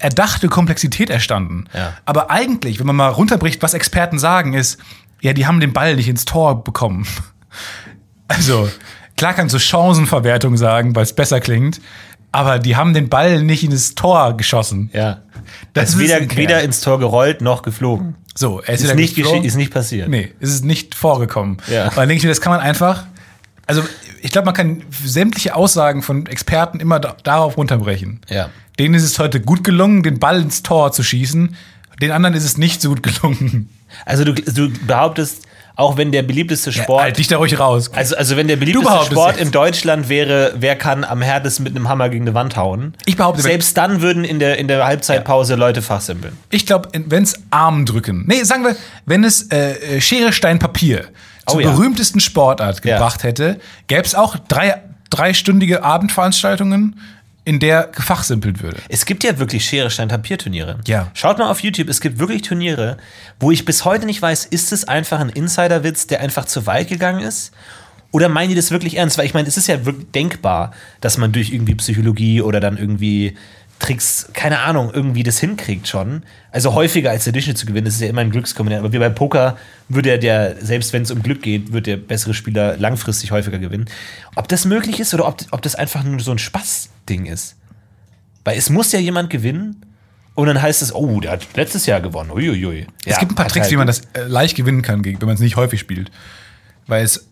A: erdachte Komplexität erstanden.
B: Ja.
A: Aber eigentlich, wenn man mal runterbricht, was Experten sagen, ist, ja, die haben den Ball nicht ins Tor bekommen. (laughs) Also, klar kannst du Chancenverwertung sagen, weil es besser klingt, aber die haben den Ball nicht in das Tor geschossen.
B: Ja.
A: Das
B: Ist weder,
A: wissen wir.
B: weder ins Tor gerollt noch geflogen.
A: so, er ist,
B: Ist
A: wieder
B: nicht,
A: geflogen.
B: geschehen, ist nicht passiert.
A: Nee, es ist nicht vorgekommen.
B: Ja.
A: Und dann denke ich mir, das kann man einfach. Also, ich glaube, man kann sämtliche Aussagen von Experten immer da, darauf runterbrechen.
B: Ja.
A: Denen ist es heute gut gelungen, den Ball ins Tor zu schießen. Den anderen ist es nicht so gut gelungen.
B: Also du, du behauptest, auch wenn der beliebteste Sport.
A: Halt dich da ruhig raus.
B: also, also wenn der
A: Du
B: beliebteste
A: behauptest
B: Sport
A: jetzt.
B: in Deutschland wäre, wer kann am härtesten mit einem Hammer gegen eine Wand hauen?
A: Ich behaupte, wenn-
B: Selbst dann würden in der, in der Halbzeitpause Leute fachsimpeln.
A: Ich glaube, wenn es Arm drücken, nee, sagen wir, wenn es äh, äh, Schere, Stein, Papier zur
B: Oh ja.
A: berühmtesten Sportart
B: Ja.
A: gebracht hätte, gäbe es auch drei, dreistündige Abendveranstaltungen, in der gefachsimpelt würde.
B: Es gibt ja wirklich Schere, Stein, Papier Turniere.
A: Ja.
B: Schaut mal auf YouTube, es gibt wirklich Turniere, wo ich bis heute nicht weiß, ist es einfach ein Insiderwitz, der einfach zu weit gegangen ist? Oder meinen die das wirklich ernst? Weil ich meine, es ist ja wirklich denkbar, dass man durch irgendwie Psychologie oder dann irgendwie Tricks, keine Ahnung, irgendwie das hinkriegt schon. Also häufiger als der Durchschnitt zu gewinnen, das ist ja immer ein Glückskombinat. Aber wie bei Poker würde ja der, selbst wenn es um Glück geht, wird der bessere Spieler langfristig häufiger gewinnen. Ob das möglich ist oder ob, ob das einfach nur so ein Spaßding ist. Weil es muss ja jemand gewinnen. Und dann heißt es, oh, der hat letztes Jahr gewonnen. Uiuiui. halt
A: es gibt ein paar Tricks, wie man das äh, leicht gewinnen kann, gegen- wenn man es nicht häufig spielt. Weil es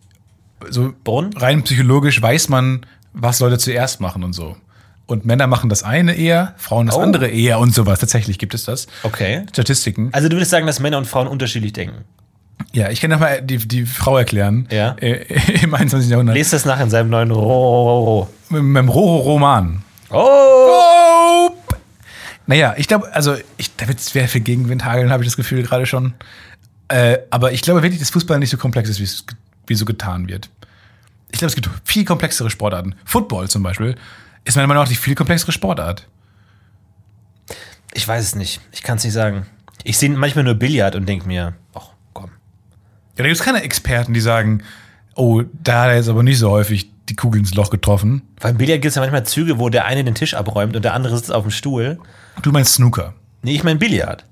A: so
B: Brunnen?
A: rein psychologisch weiß man, was Leute zuerst machen und so. Und Männer machen das eine eher, Frauen das
B: Oh.
A: andere eher und sowas. Tatsächlich gibt es das.
B: Okay.
A: Statistiken.
B: Also du würdest sagen, dass Männer und Frauen unterschiedlich denken.
A: Ja, ich kann noch mal die, die Frau erklären.
B: Ja.
A: Äh, (laughs) Im 21. Jahrhundert.
B: Lest das nach in seinem neuen Ro.
A: mit meinem Roro-Roman.
B: Oh!
A: Naja, ich glaube, also ich, da wird es sehr viel Gegenwind hageln, habe ich das Gefühl gerade schon. Äh, aber ich glaube wirklich, dass Fußball nicht so komplex ist, wie es- wie so getan wird. Ich glaube, es gibt viel komplexere Sportarten. Football zum Beispiel ist meiner Meinung nach die viel komplexere Sportart.
B: Ich weiß es nicht. Ich kann es nicht sagen. Ich sehe manchmal nur Billard und denke mir, ach komm.
A: Ja, da gibt es keine Experten, die sagen, oh, da hat er jetzt aber nicht so häufig die Kugel ins Loch getroffen.
B: Beim Billard gibt es ja manchmal Züge, wo der eine den Tisch abräumt und der andere sitzt auf dem Stuhl.
A: Du meinst Snooker.
B: Nee, ich meine Billard.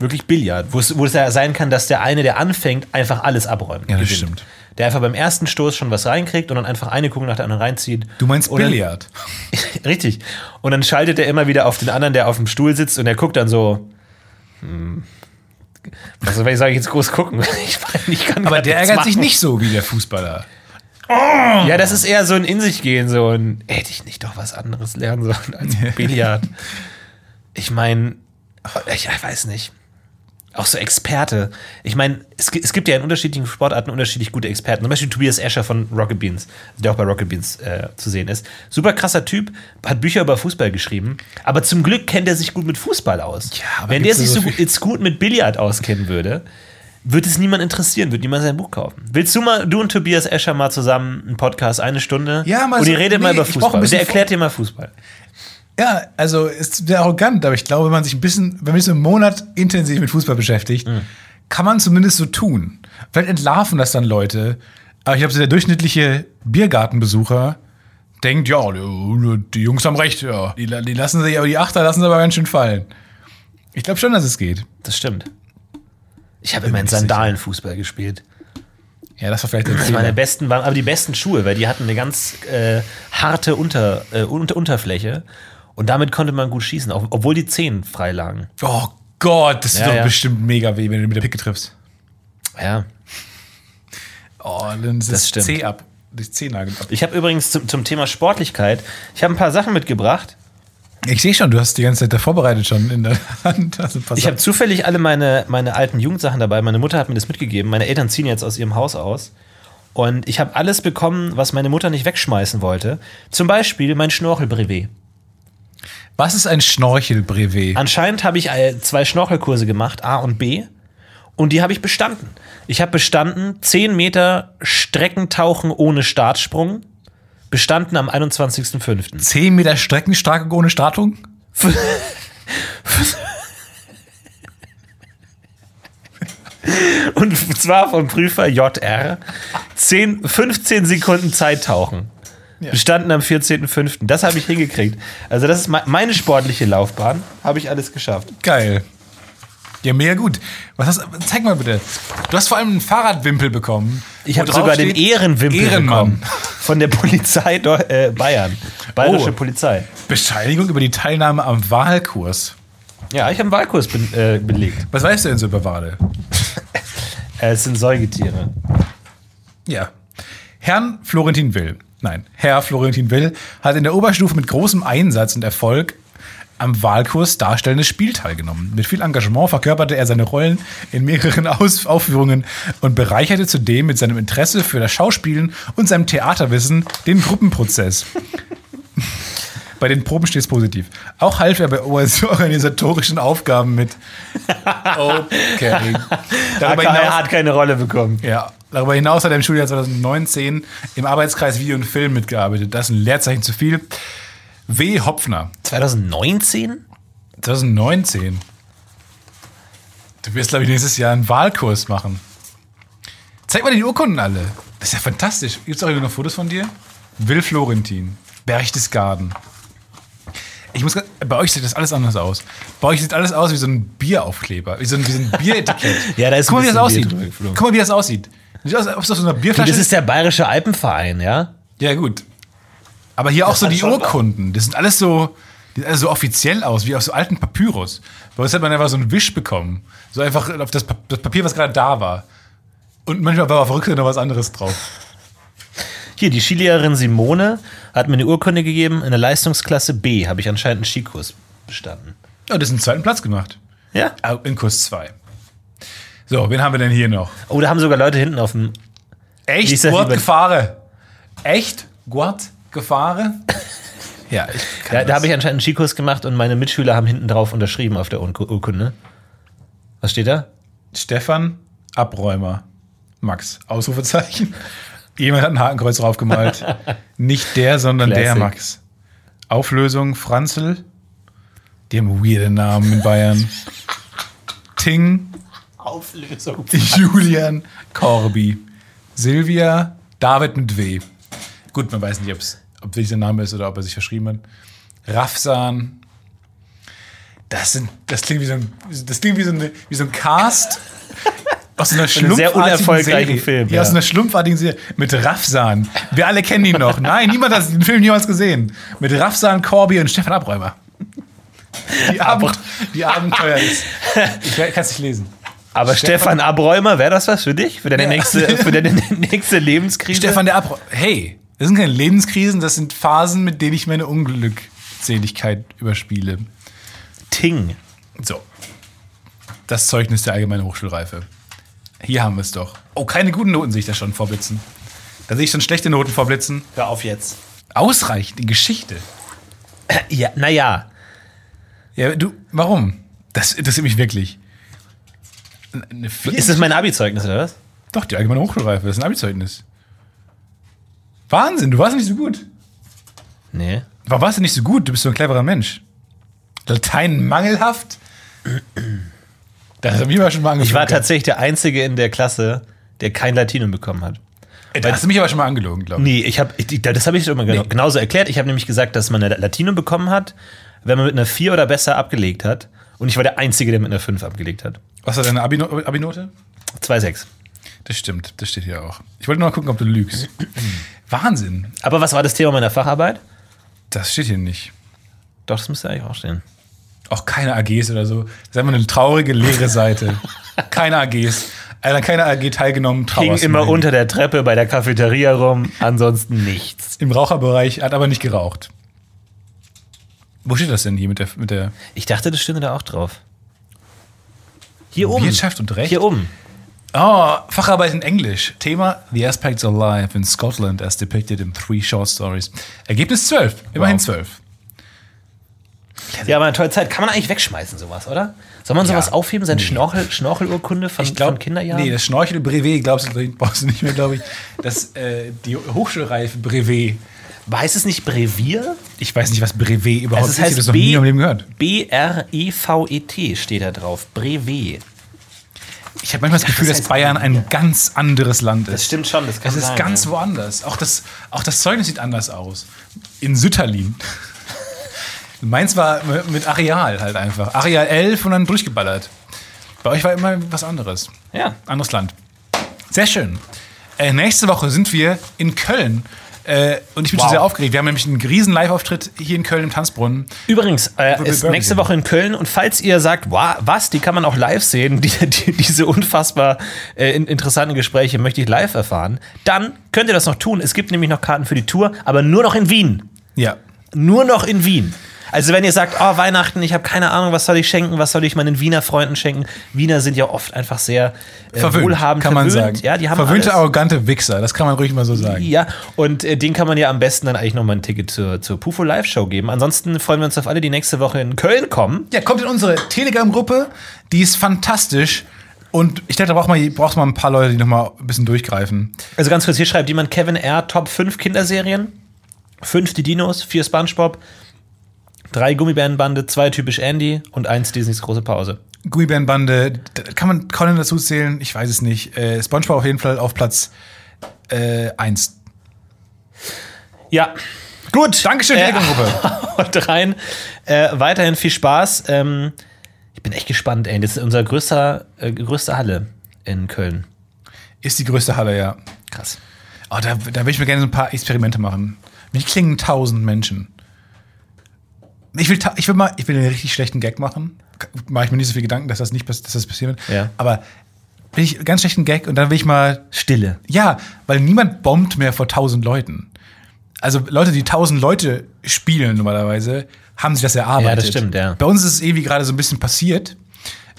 B: Wirklich Billard, wo es, wo es ja sein kann, dass der eine, der anfängt, einfach alles abräumt.
A: Ja, das
B: gewinnt.
A: stimmt.
B: Der einfach beim ersten Stoß schon was reinkriegt und dann einfach eine Kugel nach der anderen reinzieht.
A: Du meinst
B: Und dann-
A: Billard.
B: (laughs) Richtig. Und dann schaltet er immer wieder auf den anderen, der auf dem Stuhl sitzt und er guckt dann so. Hm, was soll ich, soll ich jetzt groß gucken? (laughs) Ich, weiß nicht, ich kann (laughs)
A: Aber
B: grad
A: der
B: nichts
A: ärgert sich
B: machen.
A: nicht so wie der Fußballer.
B: Ja, das ist eher so ein in sich gehen, so ein hätte ich nicht doch was anderes lernen sollen
A: (laughs)
B: als Billard. Ich meine, ich weiß nicht. Auch so Experte. Ich meine, es, gi- es gibt ja in unterschiedlichen Sportarten unterschiedlich gute Experten. Zum Beispiel Tobias Escher von Rocket Beans, der auch bei Rocket Beans äh, zu sehen ist. Super krasser Typ, hat Bücher über Fußball geschrieben. Aber zum Glück kennt er sich gut mit Fußball aus.
A: Ja, aber
B: Wenn der
A: gibt's da
B: sich
A: so
B: so
A: viel-
B: gut, jetzt gut mit Billard auskennen würde, wird es niemand interessieren, wird niemand sein Buch kaufen. Willst du mal, du und Tobias Escher mal zusammen einen Podcast, eine Stunde?
A: Ja, mal
B: Und
A: so-
B: ihr redet mal
A: nee,
B: über
A: ich brauch ein
B: Fußball. Und
A: bisschen
B: der erklärt dir mal Fußball.
A: Ja, also ist sehr arrogant, aber ich glaube, wenn man sich ein bisschen, wenn man sich so einen Monat intensiv mit Fußball beschäftigt,
B: Mhm.
A: kann man zumindest so tun. Vielleicht entlarven das dann Leute, aber ich glaube, so der durchschnittliche Biergartenbesucher denkt, ja, die Jungs haben recht, ja. Die, la- die lassen sich, aber die Achter lassen sie aber ganz schön fallen. Ich glaube schon, dass es geht.
B: Das stimmt. Ich habe immer in Sandalen Fußball gespielt.
A: Ja, das war vielleicht der
B: Das waren
A: Fehler.
B: meine besten, waren aber die besten Schuhe, weil die hatten eine ganz äh, harte Unter, äh, Unter Unterfläche. Und damit konnte man gut schießen, auch, obwohl die Zehen frei lagen.
A: Oh Gott, das
B: Ja,
A: tut doch
B: ja.
A: bestimmt mega weh, wenn du mit der Picke triffst.
B: Ja.
A: Oh, dann ist
B: Das
A: das
B: stimmt.
A: C ab. Das C-Nagel ab.
B: Ich habe übrigens zum, zum Thema Sportlichkeit, ich habe ein paar Sachen mitgebracht.
A: Ich sehe schon, du hast die ganze Zeit da vorbereitet schon in der (laughs) Hand. Also
B: Ich habe zufällig alle meine, meine alten Jugendsachen dabei. Meine Mutter hat mir das mitgegeben. Meine Eltern ziehen jetzt aus ihrem Haus aus. Und ich habe alles bekommen, was meine Mutter nicht wegschmeißen wollte. Zum Beispiel mein Schnorchelbrevet.
A: Was ist ein Schnorchelbrevet?
B: Anscheinend habe ich äh, zwei Schnorchelkurse gemacht, A und B. Und die habe ich bestanden. Ich habe bestanden 10 Meter Streckentauchen ohne Startsprung. Bestanden am 21.05.
A: 10 Meter Streckenstarke ohne Startung?
B: Und zwar vom Prüfer JR. 10, 15 Sekunden Zeit tauchen. Bestanden am 14.05. Das habe ich hingekriegt. Also, das ist me- meine sportliche Laufbahn. Habe ich alles geschafft.
A: Geil. Ja, mega gut. Was hast, zeig mal bitte. Du hast vor allem einen Fahrradwimpel bekommen.
B: Ich
A: wo
B: habe
A: drauf
B: sogar den
A: steht,
B: Ehrenwimpel
A: Ehrenmann.
B: bekommen. Von der Polizei Deu- äh, Bayern. Bayerische
A: Oh.
B: Polizei.
A: Bescheinigung über die Teilnahme am Wahlkurs.
B: Ja, ich habe einen Wahlkurs be äh, belegt.
A: Was weißt du denn so über Wale?
B: Äh, es sind Säugetiere.
A: Ja. Herrn Florentin Will, nein, Herr Florentin Will hat in der Oberstufe mit großem Einsatz und Erfolg am Wahlkurs darstellendes Spiel teilgenommen. Mit viel Engagement verkörperte er seine Rollen in mehreren (laughs) Aus Aufführungen und bereicherte zudem mit seinem Interesse für das Schauspielen und seinem Theaterwissen den Gruppenprozess. (laughs) Bei den Proben stets positiv. Auch half er bei (laughs) organisatorischen Aufgaben mit. Okay. Darüber
B: AKA
A: hinaus-
B: hat keine Rolle bekommen.
A: ja, darüber hinaus hat er im Schuljahr 2019 im Arbeitskreis Video und Film mitgearbeitet. Das ist ein Leerzeichen zu viel. W. Hopfner,
B: 2019?
A: 2019. Du wirst, glaube ich, nächstes Jahr einen Wahlkurs machen. Zeig mal die Urkunden alle. Das ist ja fantastisch. Gibt es auch irgendwie noch Fotos von dir? Will Florentin, Berchtesgaden. Ich muss, grad- bei euch sieht das alles anders aus. Bei euch sieht alles aus wie so ein Bieraufkleber, wie so ein, wie so ein Bieretikett.
B: (laughs) Ja, da ist ein
A: Guck mal, wie das
B: bisschen
A: aussieht.
B: Bier drin geflogen.
A: Guck mal, wie das aussieht. Sieht aus, als ob es auf so einer Bierflasche
B: Das ist der Bayerische Alpenverein, ja?
A: ja, gut. Aber hier auch so
B: kann
A: die
B: schon
A: Urkunden. Das sind alles so, die sind alles so offiziell aus, wie aus so alten Papyrus. Bei uns hat man einfach so einen Wisch bekommen. So einfach auf das, Pa- das Papier, was gerade da war. Und manchmal war auf der Rückseite noch was anderes drauf.
B: Hier, die Skilehrerin Simone hat mir eine Urkunde gegeben. In der Leistungsklasse B habe ich anscheinend einen Skikurs bestanden.
A: Ja, das ist einen zweiten Platz gemacht.
B: Ja.
A: Ah, In Kurs 2. So, wen haben wir denn hier noch?
B: Oh, da haben sogar Leute hinten auf dem. Wie
A: Echt
B: ist das
A: Gurt
B: lieber-
A: Gefahre. Echt Gurt Gefahre? ja, ich kann
B: Da, da
A: das.
B: habe ich anscheinend einen Skikurs gemacht und meine Mitschüler haben hinten drauf unterschrieben auf der Ur- Urkunde. Was steht da?
A: Stefan, Abräumer. Max, Ausrufezeichen. Jemand hat ein Hakenkreuz draufgemalt. Nicht der, sondern der
B: Classic.
A: Max. Auflösung, Franzel. Die haben weirde Namen in Bayern. Ting,
B: Auflösung.
A: (laughs) Julian, Corby. Silvia, David mit W. Gut, man weiß nicht, ob's, ob wirklich sein Name ist oder ob er sich verschrieben hat. Rafsan. Das, sind, das klingt wie so ein, das klingt wie so, eine, wie so ein Cast
B: (laughs)
A: aus einer
B: einem sehr
A: schlumpfartigen
B: unerfolgreichen
A: Serie.
B: Film,
A: Ja,
B: ja.
A: aus einer schlumpfartigen Serie. Mit Rafsan. Wir alle kennen ihn noch. Nein, niemand hat den Film jemals gesehen. Mit Rafsan, Corby und Stefan Abräumer. Die, Abend, die Abenteuer ist. Ich kann es nicht lesen.
B: Aber Stefan, Abräumer, wäre das was für dich? Für deine, nächste, für deine (laughs) nächste Lebenskrise?
A: Stefan der Abra Hey, das sind keine Lebenskrisen, das sind Phasen, mit denen ich meine Unglückseligkeit überspiele.
B: Ting.
A: So. Das Zeugnis der allgemeinen Hochschulreife. Hier haben wir es doch. Oh, keine guten Noten sehe ich da schon vorblitzen. Da sehe ich schon schlechte Noten vorblitzen.
B: Hör auf jetzt.
A: Ausreichend in Geschichte.
B: Ja, naja.
A: Ja, du, warum? Das interessiert mich wirklich. Eine vier?
B: Ist das mein Abi-Zeugnis oder was?
A: Doch, die allgemeine Hochschulreife. Das ist ein Abizeugnis. Wahnsinn, du warst nicht so gut.
B: Nee.
A: Warum warst du nicht so gut? Du bist so ein cleverer Mensch. Latein mangelhaft? Das haben wir schon mal angelogen.
B: Ich halt- war tatsächlich der Einzige in der Klasse, der kein Latinum bekommen hat.
A: Da hast du mich aber schon mal angelogen, glaube ich.
B: Nee, ich hab, ich, das habe ich immer genau,
A: Nee.
B: genauso erklärt. Ich habe nämlich gesagt, dass man eine Latinum bekommen hat, wenn man mit einer 4 oder besser abgelegt hat. Und ich war der Einzige, der mit einer 5 abgelegt hat.
A: Was war deine Abino- Abi-Note?
B: 2,6.
A: Das stimmt, das steht hier auch. Ich wollte nur mal gucken, ob
B: (clears throat)
A: du lügst. Wahnsinn,
B: Aber was war das Thema meiner Facharbeit?
A: das steht hier nicht.
B: Doch, das müsste eigentlich auch stehen.
A: Auch keine AGs oder so. Das ist einfach eine traurige, leere
B: (laughs)
A: Seite. keine AGs. Alter, keine AG teilgenommen,
B: Ging
A: trauerst
B: immer
A: immerhin.
B: unter der Treppe bei der Cafeteria rum, ansonsten nichts.
A: Im Raucherbereich, hat aber nicht geraucht. Wo steht das denn hier mit der, mit der
B: Ich dachte, das stünde da auch drauf.
C: Hier oben.
A: Wirtschaft und Recht?
B: Hier oben.
A: Oh, Facharbeit in Englisch. Thema The Aspects of Life in Scotland as depicted in three short stories. Ergebnis 12. Immerhin
B: Wow.
A: 12.
B: Ja, aber eine tolle Zeit. Kann man eigentlich wegschmeißen, sowas, oder? Soll man sowas
A: Ja.
B: aufheben, seine Schnorchel, Schnorchelurkunde von, von Kinderjahren?
A: Nee, das Schnorchel-Brevet, glaubst du, brauchst du nicht mehr, glaube ich. Das, äh, die Hochschulreife-Brevet.
B: Weiß es nicht Brevier?
A: Ich weiß nicht, was Brevet überhaupt
B: Also es
A: ist. Ich habe
B: heißt
A: das noch nie
B: B-
A: im Leben gehört.
B: B-R-E-V-E-T E steht da drauf. Brevet.
A: Ich habe manchmal das Gefühl, dass
B: heißt
A: Bayern ein ganz anderes Land ist.
B: Das stimmt schon, das kann
A: Es ist
B: sein,
A: ganz
B: ja.
A: woanders. Auch das, auch das Zeugnis sieht anders aus. In Sütterlin. (laughs) Meins war mit Areal halt einfach. Areal 11 und dann durchgeballert. Bei euch war immer was anderes.
B: Ja.
A: Anderes Land. Sehr schön. Äh, nächste Woche sind wir in Köln. Äh, und ich bin schon
B: Wow.
A: sehr aufgeregt. Wir haben nämlich einen riesen Live-Auftritt hier in Köln im Tanzbrunnen.
B: Übrigens, äh,
A: Bill
B: ist
A: Burger
B: nächste
A: sehen.
B: Woche in Köln und falls ihr sagt, wa- was, die kann man auch live sehen, (laughs) die, die, diese unfassbar äh, in- interessanten Gespräche möchte ich live erfahren, dann könnt ihr das noch tun. Es gibt nämlich noch Karten für die Tour, aber nur noch in Wien.
A: Ja.
B: Nur noch in Wien. Also wenn ihr sagt, oh Weihnachten, ich habe keine Ahnung, was soll ich schenken, was soll ich meinen Wiener Freunden schenken? Wiener sind ja oft einfach sehr äh, wohlhabend,
A: kann man
B: verwöhnt.
A: sagen.
B: Ja, die haben
A: Verwöhnte,
B: alles.
A: arrogante Wichser. Das kann man ruhig mal so sagen.
B: Ja, und äh, den kann man ja am besten dann eigentlich nochmal ein Ticket zur, zur Pufo Live Show geben. Ansonsten freuen wir uns auf alle, die nächste Woche in Köln kommen.
A: Ja, kommt in unsere Telegram-Gruppe. Die ist fantastisch. Und ich dachte, da braucht man, braucht man ein paar Leute, die noch mal ein bisschen durchgreifen.
B: Also ganz kurz, hier schreibt jemand Kevin R. Top 5 Kinderserien. 5 die Dinos, 4 Spongebob, 3 Gummibärenbande, 2 typisch Andy und 1 Disneys große Pause.
A: Gummibärenbande, da kann man Conan dazu zählen? Ich weiß es nicht. Äh, Spongebob auf jeden Fall auf Platz 1. eins.
B: Ja,
A: Gut, Dankeschön,
B: Äh,
A: Telegram-Gruppe.
B: (laughs) haut rein. Äh, weiterhin viel Spaß. Ähm, ich bin echt gespannt, ey. Das ist unser größter, äh, größte Halle in Köln.
A: Ist die größte Halle, ja.
B: Krass.
A: Oh, da, da will ich mir gerne so ein paar Experimente machen. Wie klingen tausend Menschen? Ich will, ta- ich will mal, ich will einen richtig schlechten Gag machen. K- Mache ich mir nicht so viel Gedanken, dass das nicht pass- dass das passieren wird.
B: Ja.
A: Aber will ich ganz schlechten Gag und dann will ich mal
B: Stille.
A: Ja, weil niemand bombt mehr vor tausend Leuten. Also Leute, die tausend Leute spielen normalerweise, haben sich das erarbeitet.
B: Ja, das stimmt, ja.
A: Bei uns ist es irgendwie gerade so ein bisschen passiert.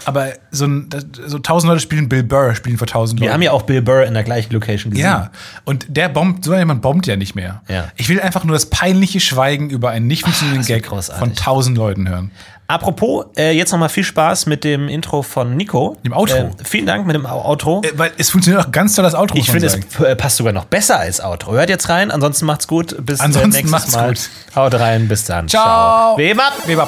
A: Aber so, ein, das- so tausend Leute spielen Bill Burr, spielen vor tausend
B: Wir
A: Leuten.
B: haben ja auch Bill Burr in der gleichen Location gesehen.
A: ja, und der bombt, so jemand bombt ja nicht mehr.
B: Ja.
A: Ich will einfach nur das peinliche Schweigen über einen nicht funktionierenden
B: das wird
A: Gag
B: großartig.
A: von tausend Leuten hören.
B: Apropos, äh, jetzt nochmal viel Spaß mit dem Intro von Nico. Ähm,
A: Dem Outro.
B: vielen Dank mit dem Au- Outro.
A: Äh, Weil es funktioniert auch ganz toll das Outro.
B: ich
A: muss man
B: finde, es
A: sagen.
B: äh, passt sogar noch besser als Outro. Hört jetzt rein, ansonsten macht's gut. Bis äh,
A: Ansonsten
B: nächstes
A: macht's
B: Mal.
A: gut.
B: Haut rein, bis dann.
A: Ciao.
B: Wem ab!
A: Weber.